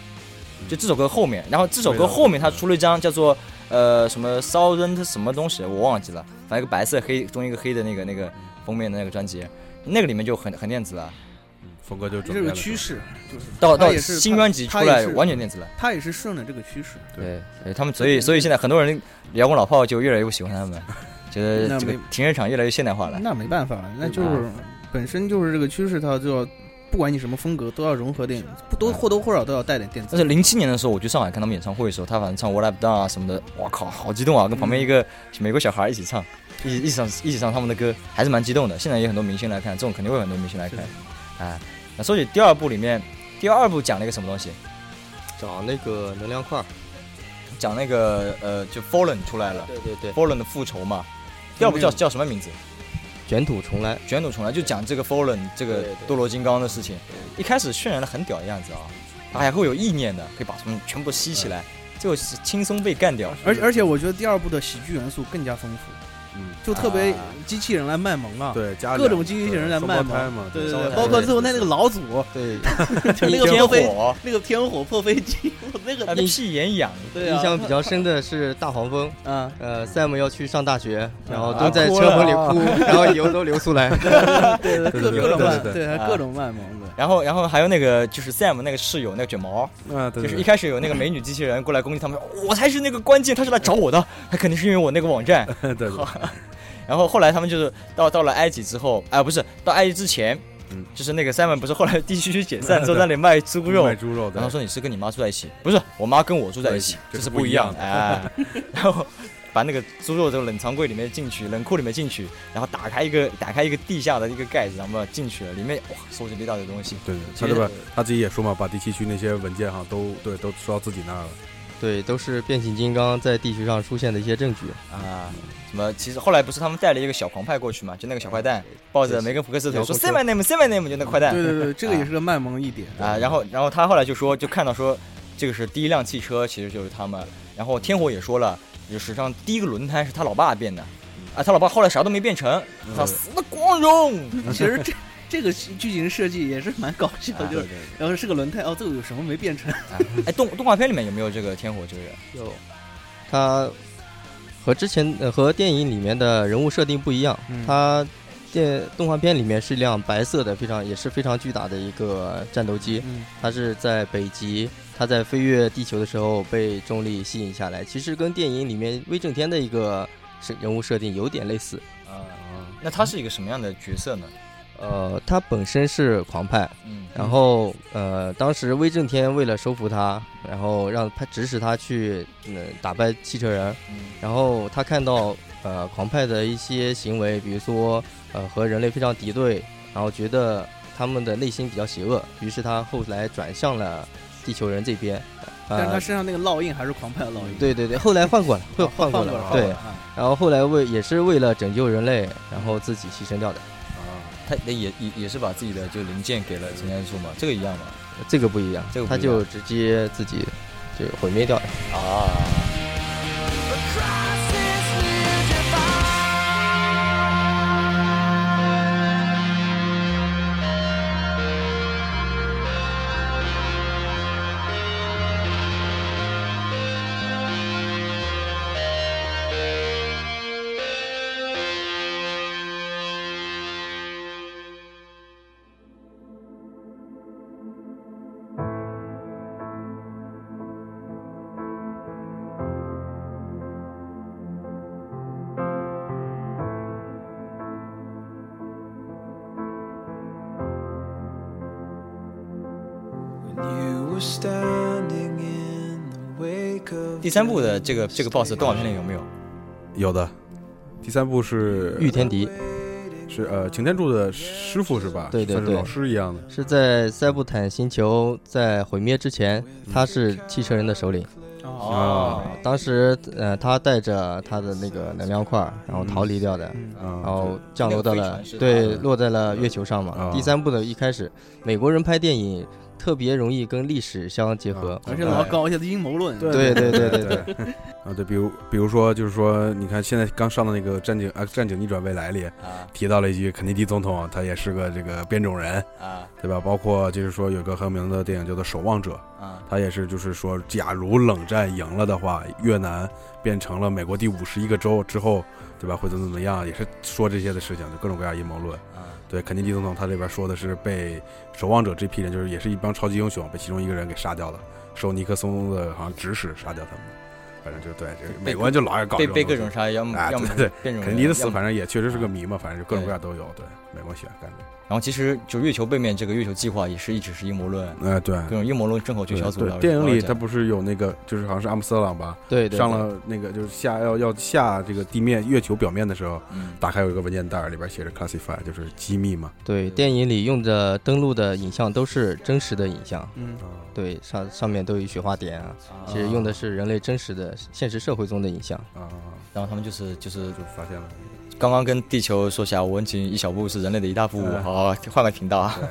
就这首歌后面，然后这首歌后面他出了一张叫做呃什么 Southern 什么东西，我忘记了，反正一个白色黑中间一个黑的那个那个封面的那个专辑，那个里面就很很电子了。
嗯峰哥就
这
准备
是
了
个趋，势，就是
到
他
到
也是
新专辑出来完全
那，
电子了。
他也是顺着这个趋势。
对，对他们所以所以现在很多人摇滚老炮就越来越不喜欢他们，觉
那
得这个
没
停车场越来越现代化了。
那没办法，那就是本身就是这个趋势，它就要不管你什么风格，都要融合电影，不
嗯
多或多或少都要带点电
但
子。
是零七年的时候，我去上海看他们演唱会的时候，他反正唱《What I've Done》啊什么的，我靠，好激动啊！跟旁边一
嗯
个美国小孩一起唱，一起一起唱一起唱他们的歌，还是蛮激动的。现在也很多明星来看，这种肯定会有很多明星来看。哎，那说起第二部里面，第二部讲了一个什么东西？
找那个能量块儿。
讲那个呃，就 Fallen 出来了
对对对，
，Fallen 的复仇嘛。第二部叫
嗯
叫什么名字？
卷土重来。
卷土重来，就讲这个 Fallen 这个
对对
堕落金刚的事情。一开始渲染的很屌的样子啊，他还会有意念的，可以把他们全部吸起
嗯
来，最后是轻松被干掉。
而且而且，我觉得第二部的喜剧元素更加丰富，
嗯，
就特别
啊
机器人来卖萌啊，
对，家里
各种机器人在卖
双胞胎嘛，
对
双
对
胞胎
对，包括最后那那个老祖，
对，
就那
逆
个
天
破飞，
火，
那个天火破飞机， 我那
呃
个
屁眼痒，
对啊，
印象比较深的是大黄蜂，
啊，
呃，Sam 要去上大学，然后
啊
都在
哭
车
了
棚里哭，然后油都流 出来。
对对对，各
对
各种
对
卖，
对
对，还
啊
各种卖萌的。
然后然后还有那个就是 Sam 那个室友那个卷毛，
啊，对，
就是一
开
开始有那个美女机器人过来攻击他们，说我才是那个关键，他是来找我的，他肯定是因为我那个网站。
对对对
然后后来他们就是到到了埃及之后，哎、不是到埃及之前，
嗯
就是那个 Sam 不是后来地区去解 散，之后在那里卖猪肉
卖，猪肉，
然后说你是跟你妈住在一起，不是我妈跟我住在一起，
对
这
这
是
是
不
不
一
一
样
样
的。哎， 然后把那个猪肉从冷藏柜里面进去，冷库里面进去，然后打开一个打开一个地下的一个盖子，然后进去了，里面哇收集了一大堆东西。
对对，他这边他自己也说嘛，把第七区那些文件哈都对都收到自己那儿了，
对，都是变形金刚在地球上出现的一些证据。
啊，什么？其实后来不是他们带了一个小狂派过去嘛，就那个小坏蛋抱着梅根福克斯的腿说 “Say my name, say my name”，就那个坏蛋
对对对，这个也是个卖萌一点
啊。然后，然后他后来就说，就看到说这个是第一辆汽车，其实就是他们。然后天火也说了，就史上第一个轮胎是他老爸变的。啊，他老爸后来啥都没变成，他死的光荣。
其实这这个剧情设计也是蛮搞笑的，就是然后是个轮胎，哦，这个有什么没变成？
啊哎，动动画片里面有没有这个天火这个人？
有，他和之前呃和电影里面的人物设定不一样，
嗯
他这动画片里面是一辆白色的，非常也是非常巨大的一个战斗机，
嗯
它是在北极，它在飞越地球的时候被重力吸引下来，其实跟电影里面威震天的一个是人物设定有点类似。
啊，那他是一个什么样的角色呢？
呃，他本身是狂派，
嗯，
然后呃，当时威震天为了收服他，然后让他指使他去嗯、打败汽车人，
嗯
然后他看到呃狂派的一些行为，比如说呃和人类非常敌对，然后觉得他们的内心比较邪恶，于是他后来转向了地球人这边。
但是他
呃，
身上那个烙印还是狂派的烙印，
对对对，后来换过了，会
哦，换
换过
了，
了，
换过
对
了。啊
然后后来为也是为了拯救人类，然后自己牺牲掉的，
啊
他也也也是把自己的就零件给了陈天柱嘛，这个一样嘛。
这个不一样，
这个不
他
一样
就直接自己就毁灭掉了。
啊，第三部的这个这个 BOSS 动画片里有没有？
有的。第三部是
御天敌
是呃擎天柱的师傅是吧？
对对
算是
对
老师一样的。
是在塞布坦星球在毁灭之前，他是汽车人的首领。
哦，
当时，呃，他带着他的那个能量块儿，然后逃离掉的，
啊，
然后降落到
那个飞
了
船是他
对
的嗯
落在了月球上嘛
啊。
第三部的一开始，美国人拍电影特别容易跟历史相结合，
嗯
而且老搞一些阴谋论，
对对对对
对对。 啊，对，比如比如说，就是说，你看现在刚上的那个《战警》啊，《战警逆转未来》里
啊
提到了一句，肯尼迪总统他也是个这个变种人，
啊
对吧？包括就是说有个很有名的电影叫做《守望者》，
啊！
他也是就是说，假如冷战赢了的话，越南变成了美国第五十一个州之后，对吧？会怎么怎么样？也是说这些的事情，就各种各样阴谋论。
啊
对，肯尼迪总统他这边说的是被守望者这批人，就是也是一帮超级英雄，被其中一个人给杀掉了，受尼克松的好像指使杀掉他们的。反正就对，这个美国人就老爱搞
被
这
被各
东
种
西
杀，要么
啊，
要么
对对，
变种人
肯尼迪的
要
死
么
反正也确实是个谜嘛，反正就各种各样都有。对，美国喜欢干这
然后其实就月球背面这个月球计划也是一直是阴谋论，
个。哎，对。
各种阴谋论正口去小组
对
老师
电影
老
里
师
他不是有那个，就是好像是阿姆斯特朗吧，
对对
上了那个就是下要要下这个地面月球表面的时候，
嗯
打开有一个文件袋，里边写着 classified，就是机密嘛。
对电影里用的登录的影像都是真实的影像，
嗯，
对上上面都有雪花点啊，其实用的是人类真实的现实社会中的影像。
啊，
然后他们就是就是
就发现了。
刚刚跟地球说下，我们仅一小步是人类的一大步，
嗯
好换个频道啊，
对，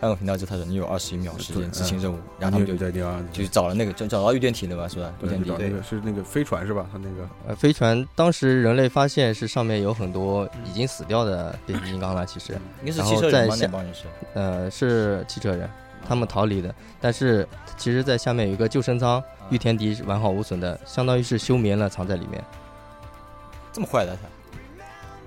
换个频道就他说你有二十一秒时间执行任务，然后他
嗯你有
们就
在地方
就找了那个就找到御电体了吧，是吧？御
对
电
就
体
找那个是那个飞船是吧？他那个
呃，飞船当时人类发现是上面有很多已经死掉的变形金刚了，其实，
应该是
然
汽
后
车
在
人吧？那
下
帮人是
呃，是汽车人，他们逃离的，但是其实在下面有一个救生舱，御天敌是完好无损的，相当于是休眠了，藏在里面。
这么坏的他，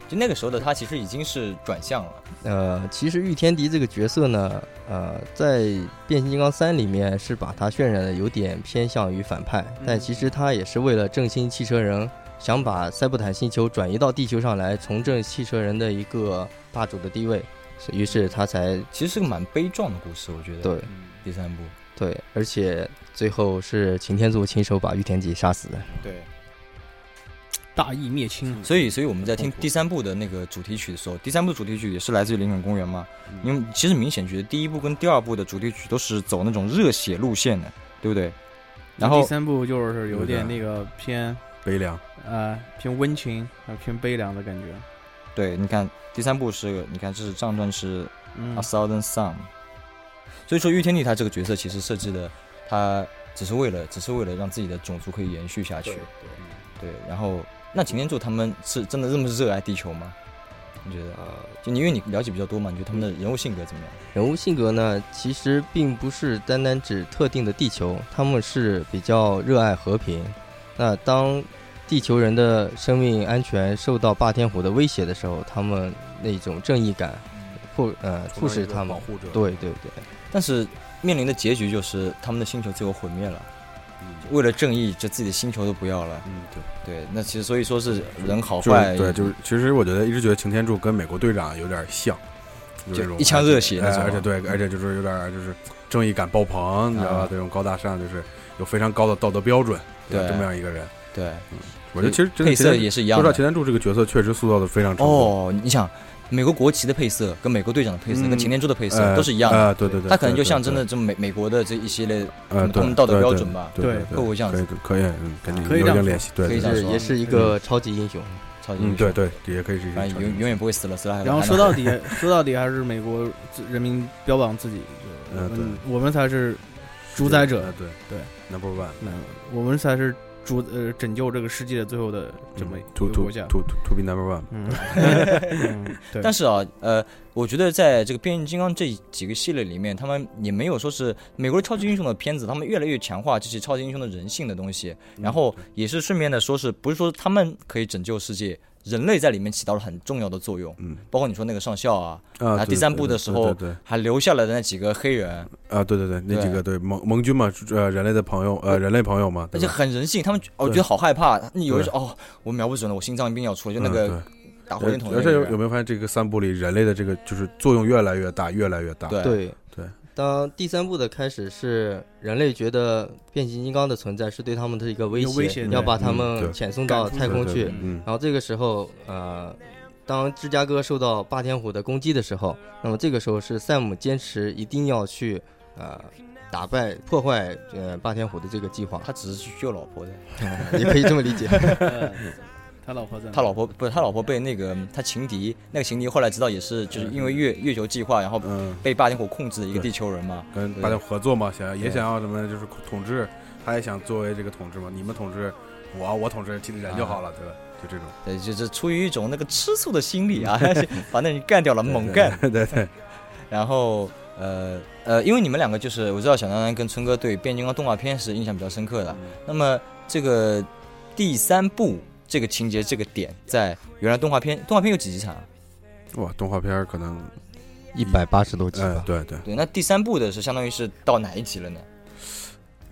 就那个时候的他其实已经是转向了，
呃，其实御天敌这个角色呢，呃，在变形金刚三里面是把他渲染的有点偏向于反派，但其实他也是为了振兴汽车人，想把塞布坦星球转移到地球上来，重振汽车人的一个霸主的地位，是于是他才
其实是个蛮悲壮的故事，我觉得。
对
第三部，
对，而且最后是擎天柱亲手把御天敌杀死的。
对，
大义灭亲，
所以，所以我们在听第三部的那个主题曲的时候，第三部主题曲也是来自于《林肯公园》嘛？因为其实明显觉得第一部跟第二部的主题曲都是走那种热血路线的，对不对？然
第
后
三部就是有点
有点
那个偏
悲凉，
呃偏温情，呃偏悲凉的感觉，
对，你看第三部是，你看这是上段是
嗯
A，Southern Sun，、所以说玉天帝他这个角色其实设计的，他只是为了只是为了让自己的种族可以延续下去。对，然后那擎天柱他们是真的这么热爱地球吗？你觉得？就你因为你了解比较多嘛，你觉得他们的人物性格怎么样？
人物性格呢，其实并不是单单指特定的地球，他们是比较热爱和平。那当地球人的生命安全受到霸天虎的威胁的时候，他们那种正义感，
嗯
迫呃
哦
促使他们
保护者，
对对对，
但是面临的结局就是他们的星球最后毁灭了。为了正义，这自己的星球都不要了。
嗯，对。
对，那其实所以说是人好
就是
坏，
对，就是其实我觉得一直觉得擎天柱跟美国队长有点像，就是这种
就一腔热血那
哎
种
而且对，而且就是有点就是正义感爆棚，你知道吧
啊？
这种高大上，就是有非常高的道德标准，
对
这么样一个人。
对，
我觉得其实真的
配色
擎
也是一
天
样
说到
的。
擎天柱这个角色，确实塑造的非常成功。
哦，你想，美国国旗的配色跟美国队长的配色、
嗯
跟擎天柱的配色、
呃
都是一样的。
呃对对对
它可能就
对对
象征
对
着这美美国的这一系列
呃，
他
对，
们道德
对
标
对
准吧
对
对
会不会这样
可以可以，嗯，跟你
可以
有
这
点
样说
联系，对
可以
对，
这样
对
是
说
也是一个超级英雄，
超级英
嗯，
雄
对，对，也可以是一
反
个
正
超
永
级
永远不会死了，死了还
然后
还
说
能
到底，说到底还是美国自人民标榜自己，
嗯
就
呃
我们
对
我们才是主宰者
呃，对
对
，Number One，
那我们才是主呃拯救这个世界最
嗯
后的这么一
，To
个
To
国家。
To To Be Number One，
嗯，嗯对，
但是啊，呃，我觉得在这个变形金刚这几个系列里面，他们也没有说是美国超级英雄的片子，他们越来越强化这些超级英雄的人性的东西，
嗯
然后也是顺便的说是不是说他们可以拯救世界，人类在里面起到了很重要的作用，
嗯，
包括你说那个上校啊，
啊，
啊
对
第三部的时候
对对对
还留下来的那几个黑人，
对啊，对对对，那几
对
个对盟盟军嘛，呃，人类的朋友，呃，人类朋友嘛，
而
对
且
吧
很人性，他们哦我
对
觉得好害怕，你有一种哦，我瞄不准了，我心脏病要出来，就那
嗯对
个打火箭筒的
而
那
且
个
有
人
有没有发现这个三部里人类的这个就是作用越来越大，越来越大？
对
对
对。
当第三部的开始是人类觉得变形金刚的存在是对他们的一个威
有威胁对
要把他
嗯对
们遣送到
赶出
太
对
空
对
去
对。嗯，
然后这个时候，呃，当芝加哥受到霸天虎的攻击的时候，那么这个时候是赛姆坚持一定要去呃打败破坏呃霸天虎的这个计划，
他只是去救老婆的，
也可以这么理解。
呃他老婆在哪
他老婆不是他老婆被那个他情敌，那个情敌后来知道也是就是因为月月球计划，然后
嗯，
被霸天虎控制的一个
对
地球人嘛。
跟
对
八六合作嘛，想要也想要什么就是统治，他也想作为这个统治嘛，你们统治我，我统治人就
啊
好了，对吧？就这种，
对，就是出于一种那个吃醋的心理 啊，把那人干掉了，猛干。
对对对，
然后呃呃，因为你们两个就是我知道小丹丹跟春哥对变形金刚动画片是印象比较深刻
嗯
的。那么这个第三部这个情节这个点，在原来动画片动画片有几集场？啊
哇，动画片儿可能，
一百八十多集
嗯
吧，，
对对，
对，那第三部的是相当于是到哪一集了呢？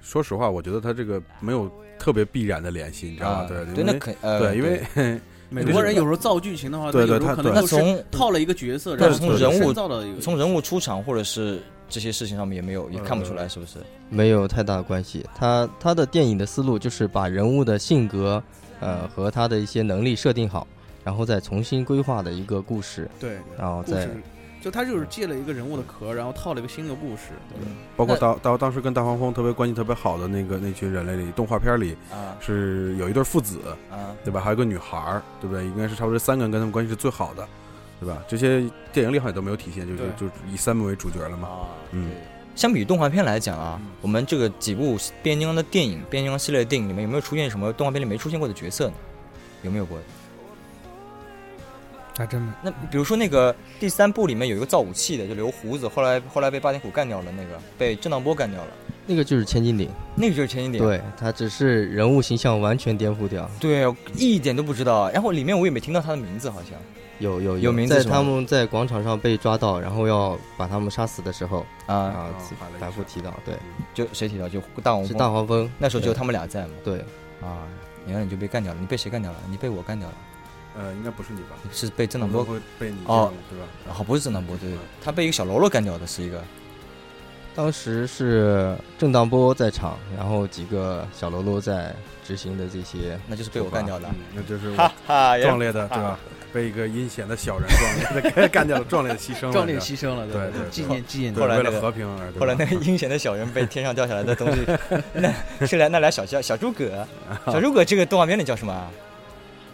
说实话，我觉得他这个没有特别必然的联系，你知道
啊
吧？，对
对，
因
那
为
可呃
对，因为
美国人有时候造剧情的话，
对对
有时
他
候可能
对
那
就是
从
套了一个角色，
对
然后
从
自己
人物
深造的一个
从人物出场或者是这些事情上面也没有，也看不出来，是不是？
没有太大的关系。他他的电影的思路就是把人物的性格，呃和他的一些能力设定好，然后再重新规划的一个故事，
对
哦
然后
故
再
事，就他就是借了一个人物的壳，然后套了一个新的故事。
嗯
对
包括
那
当当当时跟大黄蜂特别关系特别好的那个那群人类里，动画片里
啊
是有一对父子，
啊，
对吧？还有个女孩儿，对不对？应该是差不多三个人跟他们关系是最好的，对吧？这些电影里好像都没有体现，就是
对
就是以三木为主角了嘛。
啊，
嗯
对。相比于动画片来讲啊，我们这个几部变形金刚的电影、变形金刚系列的电影里面，有没有出现什么动画片里没出现过的角色呢？有没有过？
还真没。
那比如说那个第三部里面有一个造武器的，就留胡子，后来后来被霸天虎干掉了，那个被震荡波干掉了，
那个就是千斤顶，
那个就是前一点。
对他只是人物形象完全颠覆掉。
对，我一点都不知道。然后里面我也没听到他的名字，好像。
有有
有名字
在
是吗
他们在广场上被抓到，然后要把他们杀死的时候，
啊，
啊
哦画了一，
反复
张
提到，对，
就谁提到？就大黄
是
蜂。
大黄蜂，
那时候只有他们俩在嘛。
对，
啊，然后你就被干掉了，你被谁干掉了？你被我干掉了，
呃，应该不是你吧？
你是被
这
郑南波，
会被你
哦
这样，
然后不是郑南波，对对，对他被一个小喽啰干掉的是一个，
当时是正当波在场，然后几个小喽啰在执行的这些，
那就是被我干掉
对
的
吧？。嗯那就是我
哈哈，
壮烈的，对吧？被一个阴险的小人壮烈的给干掉了， 壮烈的牺牲了，
壮烈
你知
牺牲了，
对
对
对
纪念纪念
道。
后
对，
来
为
那
了
个
和平而。对吧
后来那个阴险的小人被天上掉下来的东西， 那是俩那俩小小小诸葛，小诸葛这个动画片里叫什么啊？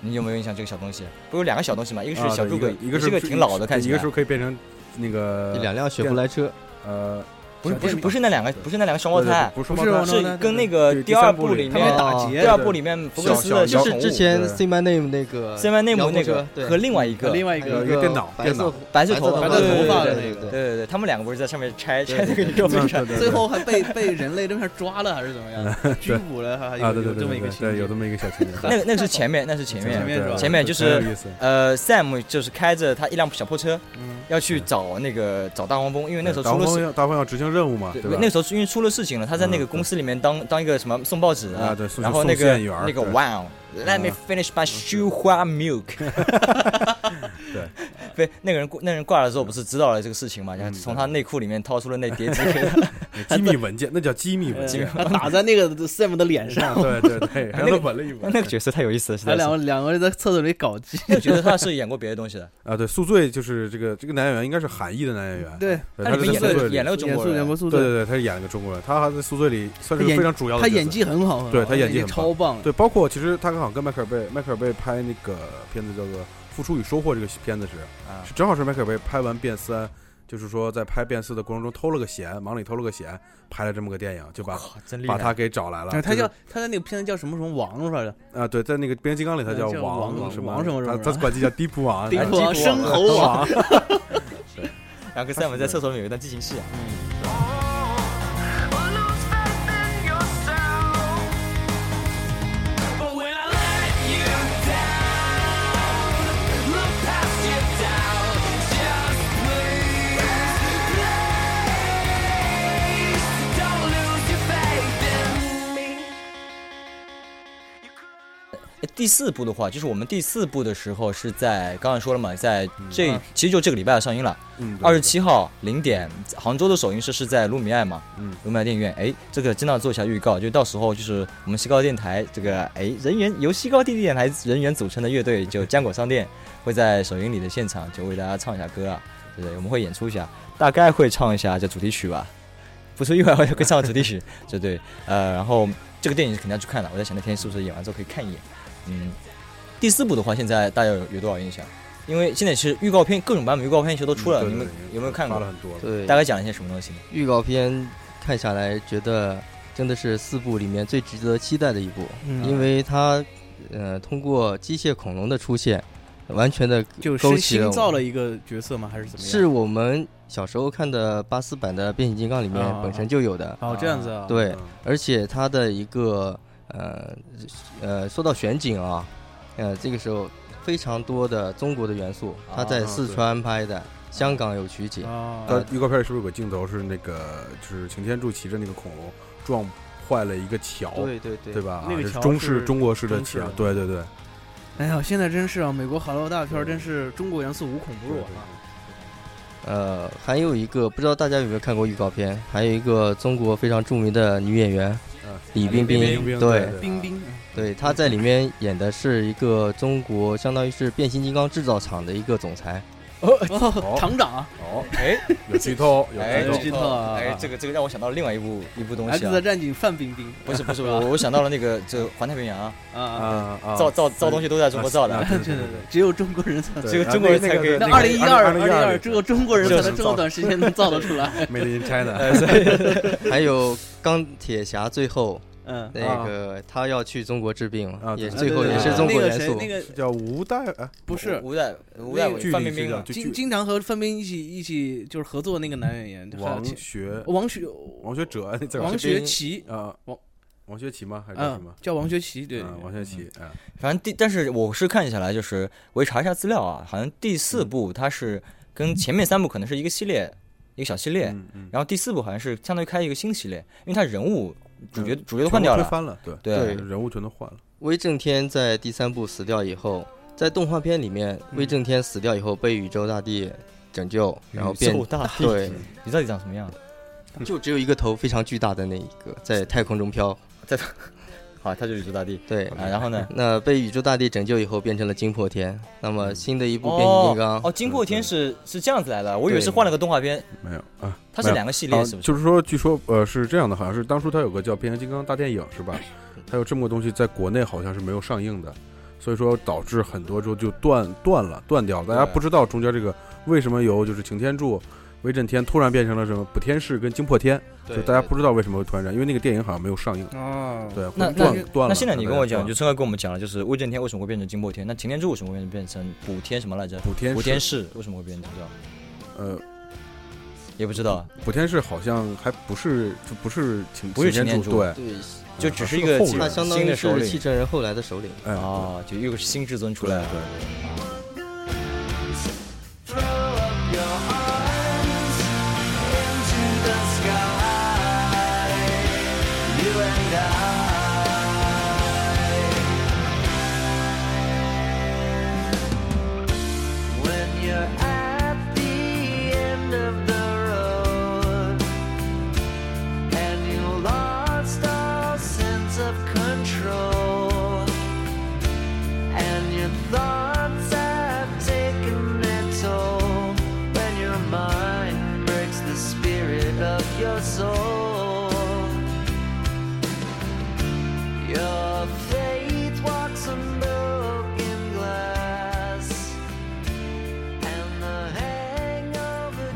你有没有印象这个小东西？不有两个小东西嘛？一个是
啊
小
对
诸葛，
一个一个
是
是
个挺老的，看起
一个
来
呃时候可以变成那个
一两辆雪佛兰车，
呃，
不是不是不是那两个不是那两个双胞胎，
不是啊
双胞胎
是跟那个
对
第
第三
二
部
部
里
里
他们
面
打
哦
劫
第二部里面福克斯的就
小
就是
小宠
是之
物
前
对
Say My Name 那个
C M 内
摇
姆
滚
那
车
个
对
和另外一
和
个
另外一
还
个
有
一个电脑
白
电
色
脑
白色头
头
发
白色头发
对
的那
对对对
对对，他们两个不是在上面拆拆那个一个
对
飞
对
船，
对
最后还被被人类这边抓了还是怎么样？拘捕了还
啊，
有
对对
有这
对
么
对
一个
对，
情
对有这
节。
么一个小 情节，
那个那个是前面，那是前
前
面。
面是吧
对
前面
对
就是
很有意思
呃，Sam 就是开着他一辆小破车
嗯
要去找那个找大黄蜂，因为那时候
大
出了
风
事，
要大风要执行任务嘛，
对
吧？
那时候是因为出了事情了，他在那个
嗯
公司里面当当一个什么送报纸
啊对送
然后那
送
个
线员儿
那个
对
Wow，let me
嗯
finish my 羞花 milk，
对，
被那个人那人挂了之后不是知道了这个事情嘛，
嗯
然后从他内裤里面掏出了那叠纸给他，
机密文件，那叫机密文件，啊
他打在那个 Sam 的脸 上，
对对对，然后
呃 那
他
个
闻了一闻，
那个角色太有意思了，实
还
在是
两个两个人在厕所里搞
嗯
基。
那个角色他是演过别的东西的，
啊，对，宿醉就是这个这个男演员应该是韩裔的男演员，
对，
对
他
他
里
是
面
在
哎演
宿醉
了
里，
演了个中
演
国
素演
人
过，宿
对
醉，
对对，他是演了个中国人，他还在宿醉里算是个
他演
非常主要的
他
角色，
演技很好，很好
对他演技
演
很棒
超棒。
对，包括其实他刚好跟迈克尔贝迈克尔贝拍那个片子叫做《付出与收获》这个片子时，
啊
是正好是迈克尔贝拍完《变三》，就是说在拍《变四》的过程中偷了个闲，忙里偷了个闲，拍了这么个电影，就把
靠，真厉害，
把他给找来了。
哎他
就是
叫他在那个片子叫什么什么王是吧？
啊，对，在那个《变形金刚》里他
呃叫
王
王
什么
王什么什
他
么
他管自己叫地铺王，
丁
哎
克
地
王
铺
啊
生猴 王，
然后跟 Sam 在厕所里面有一段激情戏啊，哎第四部的话，就是我们第四部的时候是在刚才说了嘛，在这、
嗯
其实就这个礼拜要上映了，
嗯，对
二十，七号零点，杭州的首映式是在卢米埃嘛，
嗯，
卢米埃电影院。哎，这个真的要做一下预告，就到时候就是我们西高电台这个哎人员由西高地地电台人员组成的乐队，就浆果商店会在首映礼的现场就为大家唱一下歌啊，对不对？我们会演出一下，大概会唱一下这主题曲吧，不出意外会会唱主题曲，这对，呃，然后这个电影是肯定要去看的，我在想那天是不是演完之后可以看一眼，嗯。第四部的话，现在大家有有多少印象？因为现在其实预告片各种版本预告片其实都出了，
嗯对对
你们
对
有没有看过
发？了很多了，
对
大概讲了一些什么东西呢？
预告片看下来，觉得真的是四部里面最值得期待的一部，
嗯
因为它，呃，通过机械恐龙的出现，完全的
就
勾
是
起了
新
我
造了一个角色吗？还是怎么样？
是我们小时候看的巴斯版的变形金刚里面
啊
本身就有的，
哦，这样子啊。
对
嗯，
而且它的一个呃呃，说到选景啊，呃，这个时候非常多的中国的元素，它在
啊
四
对
川拍的，香港有取景，
啊，
呃，预告片是不是有个镜头是那个就是擎天柱骑着那个恐龙撞坏了一个桥，
对对对
对吧？
那个
啊是
桥
中
是
式中国式的
中式
桥
的，
对对对，
哎呀，现在真是啊，美国好莱坞大片儿真是中国元素无孔不入啊。
呃，还有一个不知道大家有没有看过预告片，还有一个中国非常著名的女演员
嗯
李冰
冰
冰，
冰
对
冰冰，
对，她在里面演的是一个中国相当于是变形金刚制造厂的一个总裁，
哦，厂长啊，
哦，
哎，
有剧透，
哎，
有剧
剧
透，
透啊
哎，这个这个让我想到了另外一部一部东西
X
啊
的，战警范冰冰
不是不是， 我我想到了那个这《环太平洋》啊，
啊，
啊啊！
造造造东西都在中国造的
啊
啊，
对对对，只有中国人才。
只有中国人才可以
那二零一二
二
二零
二
二，只有中国人才能这么短时间能造得出 来。
Made in China，
呃所以
还有钢铁侠最后
嗯，
那个他要去中国治病
啊
嘛，也
对
嗯最后
对对
也是
对
中国
那个
元
谁
素，
那个
叫吴代啊，
不是
吴代吴代伟
剧
范
里
冰
是
冰
叫
啊，
就
经
剧
经常和范冰一起一起就是合作那个男演员，还有
王
其
学
王学
王学哲那字儿
王学奇，
啊
王
王学奇吗？还是叫什
嗯
么，？
叫王学奇，对，嗯
啊王学奇啊，
反正第但是我是看下来就是我也查一下资料啊，好像第四部它是跟前面三部可能是一个系列，一个小系列，
嗯嗯，
然后第四部好像是相当于开一个新系列，因为它人物主角主角都换掉
嗯全
了，
部推翻了，对
对
对
人物全都换了，
威震天在第三部死掉以后，在动画片里面，威震天死掉以后被宇宙大帝拯救，然后变
宇宙大帝
对，
你到底长什么样？
就只有一个头非常巨大的那一个在太空中飘。
好，他就是宇宙大帝
对，
啊，然后呢？
那被宇宙大帝拯救以后变成了惊破天。那么新的一部 变形
哦
金刚，
哦，惊破天是是这样子来的，我以为
对
是换了个动画片，
没有啊，
它是两个系列，
啊
是不是？
就是说，据说呃是这样的，好像是当初它有个叫《变形金刚大电影》是吧？它有这么个东西，在国内好像是没有上映的，所以说导致很多时候就断断了，断掉了。大家
对
不知道中间这个为什么由就是擎天柱威震天突然变成了什么补天士跟惊破天，
对
就大家
对
不知道为什么会突然这样，因为那个电影好像没有上映，
哦，
对，
那那
断断了。
那现在你跟我讲，就
对
春哥跟我们讲了，就是威震天为什么会变成金破天，那擎天柱为什么会变成补天什么来着？
补天
补天
士，
士为什么会变成这样？
呃，
也不知道，
补天士好像还不是就不是请
不是擎天
柱，
柱
对，
对，
就只啊是一
是
个
个后
基
人
他
本
相当
新
于
的首
是汽
领
车人后来的首领。
哎，
啊，就又个新至尊出来了。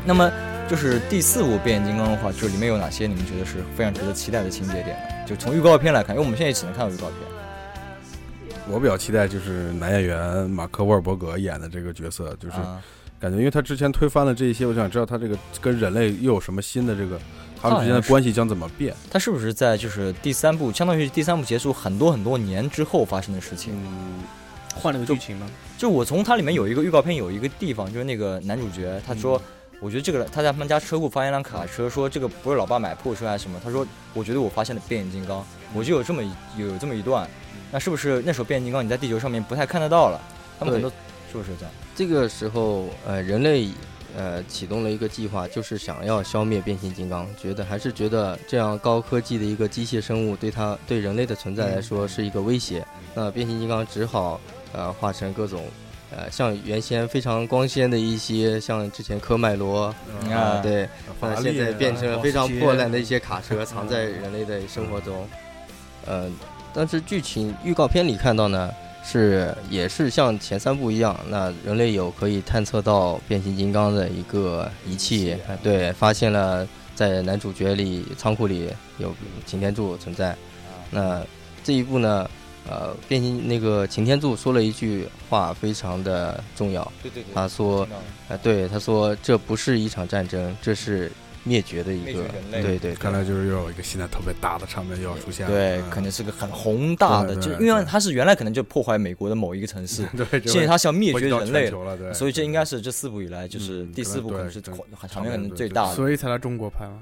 那么就是第四部变形金刚的话，就是里面有哪些你们觉得是非常值得期待的情节点呢？就从预告片来看，因为我们现在只能看到预告片。
我比较期待就是男演员马克沃尔伯格演的这个角色，就是
啊，
感觉，因为他之前推翻了这一些，我想知道他这个跟人类又有什么新的这个，他们之间的关系将怎么变？
它是不是在就是第三部，相当于是第三部结束很多很多年之后发生的事情？
嗯，
换了个剧情吗？
就我从它里面有一个预告片有一个地方，就是那个男主角他说，我觉得这个他在他们家车库发现一辆卡车，说这个不是老爸买破车啊还是什么？他说，我觉得我发现了变形金刚，我就有这么一有这么一段，那是不是那时候变形金刚你在地球上面不太看得到了？他们很多是不是这样？
这个时候，呃，人类呃启动了一个计划，就是想要消灭变形金刚，觉得还是觉得这样高科技的一个机械生物对它对人类的存在来说是一个威胁。那变形金刚只好呃化成各种。呃，像原先非常光鲜的一些，像之前科迈罗啊、
啊
对，
法啊
那
拉利
呃现在变成了非常
保时捷
破烂的一些卡车，藏在人类的生活中。呃，但是剧情预告片里看到呢，是也是像前三部一样，那人类有可以探测到变形金刚的一个仪器，呃对，发现了在男主角里仓库里有擎天柱存在。那这一部呢，呃，变形那个擎天柱说了一句话非常的重要，
对对对
他说，呃，对，他说这不是一场战争，这是灭绝的一
灭
个
绝人，类
对对，
看来就是又有一个新的特别大的场面又要出现了。
对，
嗯
可 能是个很宏大的，
对
就
对
因为
对，
它是原来可能就破坏美国的某一个城市
对，
现在它想灭
我
绝
已经到
人类
全，球了，对，
所以这应该是这四部以来就是
嗯
第四部
可
可
能
能是
对
很
场
场面可
面
能
对
最
对
大的。
所以才来中国拍嘛。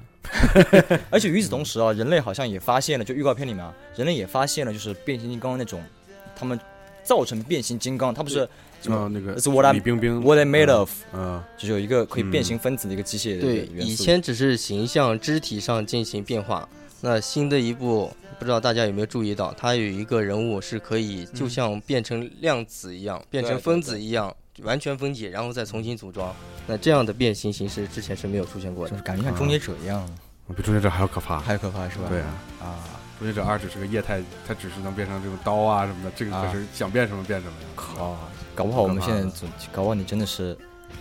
而且与此同时啊，人类好像也发现了，就预告片里面啊，人类也发现了就是变形金刚那种，他们造成变形金刚，它不是
啊那个
It's what I'm-
李冰冰
what they made of，
嗯，
就是有一个可以变形分子的一个机械
嗯对，
元
以
素。
前只是形象、肢体上进行变化。那新的一部，不知道大家有没有注意到，它有一个人物是可以
嗯
就像变成量子一样，变成分子一样，完全分解，然后再重新组装。那这样的变形形式之前是没有出现过
就
的。
是感觉像终结者一样，
嗯比终结者还要可怕。
太可怕是吧？
对啊，
啊，
终结者二只是个液态，它只是能变成这种刀啊什么的，这个
啊
可是想变什么变什么呀。靠，
搞不好我们
可
现
怕
在
了
总，搞不好你真的是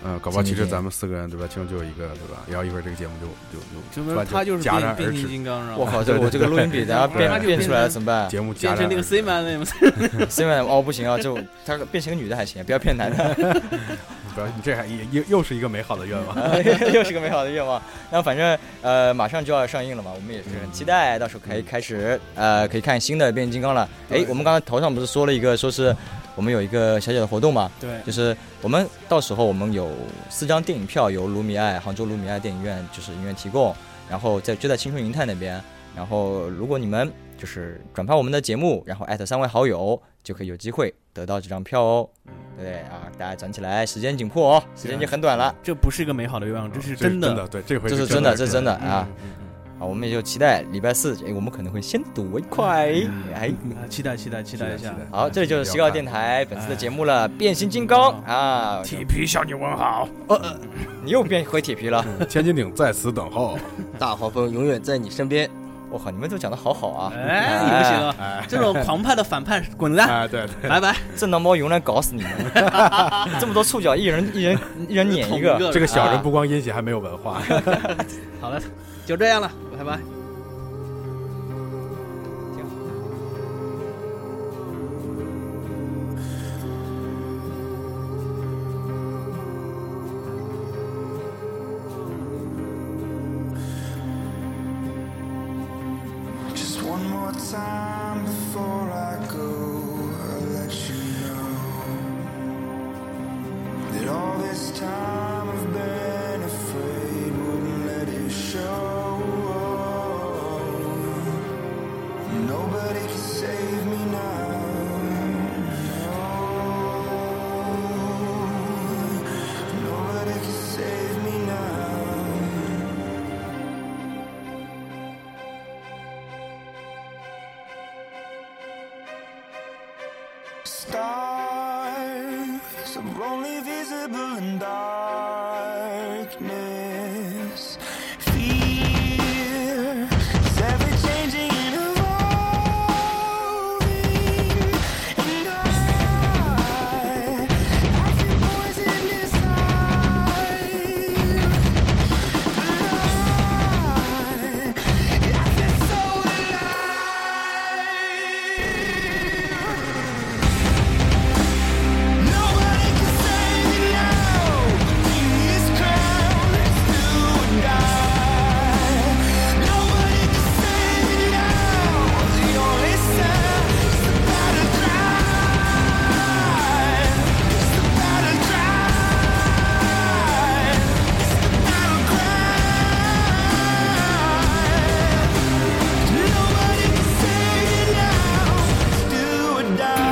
嗯，搞不好其
真
实
的
咱们四个人对吧，其中就有一个对吧，然后一会儿这个节目就就就突
什么？
然
他就是
戛然
变
而
变
止
形，金刚，然
我
后
靠，这我这个录音笔，等下
对
变
对
变出来了怎么 办？
节目戛
变
然
成那个
而止
C 版那个。
现在哦不行啊，就他变成个女的还行，不要骗男的，
不要，你这还也又又是一个美好的愿望。
又是个美好的愿望。那反正呃马上就要上映了嘛，我们也是很期待，到时候可以开始呃可以看新的变形金刚了。哎，我们刚才头上不是说了一个，说是我们有一个小小的活动嘛，
对
就是我们到时候我们有四张电影票，由卢米埃杭州卢米埃电影院就是影院提供，然后在就在青春银泰那边。然后如果你们就是转发我们的节目，然后艾特三位好友，就可以有机会得到这张票哦。对不对啊，大家攒起来，时间紧迫哦，时间已经很短了，
这不是一个美好的愿望，这 是
这是
真
的，
的。
对，这回
这
是
是真的，这
是
是真的啊。好，我们也就期待礼拜四，哎，我们可能会先睹为快。哎，
啊，期待期待期待一
期待
下
期。待
好，这里就是西高电台本次的节目了，变形金刚啊，呃
铁皮小牛问好，
你又变回铁皮了。
嗯
千斤顶在此等候，
大黄蜂永远在你身边。
我靠，你们都讲的好好啊！
哎，你不行啊！这种狂派的反叛，滚蛋！
哎，对对，
拜拜！
正当猫用来搞死你们！ 这么多触角，一人一人一人撵
捅
一
个
个，
这个小人不光阴险，还没有文化。
好了，就这样了，拜拜。
Just one more time before I go, I'll let you know that all this time I've been afraid wouldn't let it show. Nobody can save me now. No. Nobody can save me now. Stars are only visible in darkness. Fear is ever changing and evolving. And I, I feel poison inside. And I, I feel so alive. Nobody can save me now. The thing is crowned, it's do or die. Nobody can save me now. The only sound is the battle cry. It's the battle cry. It's the battle cry. Nobody can save me now. It's do or die.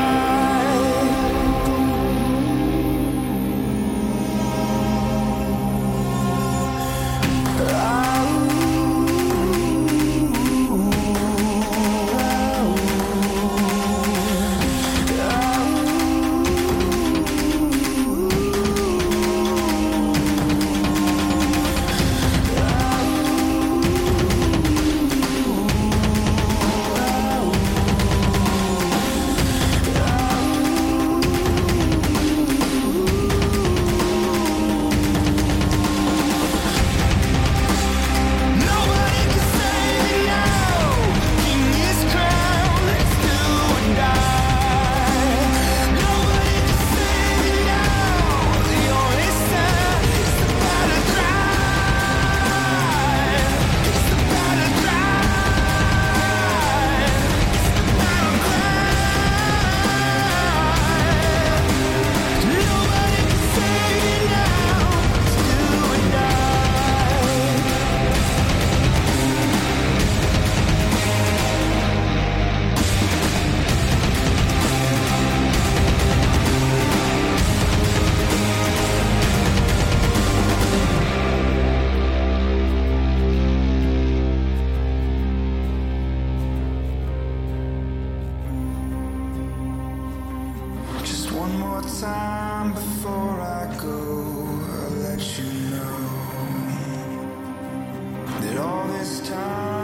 Nobody can save me now. King is crowned, it's do or die. Nobody can save me now. The only sound is the battle cry. It's the battle cry. It's the battle cry. Nobody can save me now. It's do or die. Just one more time before I go, I'll let you know that all this time.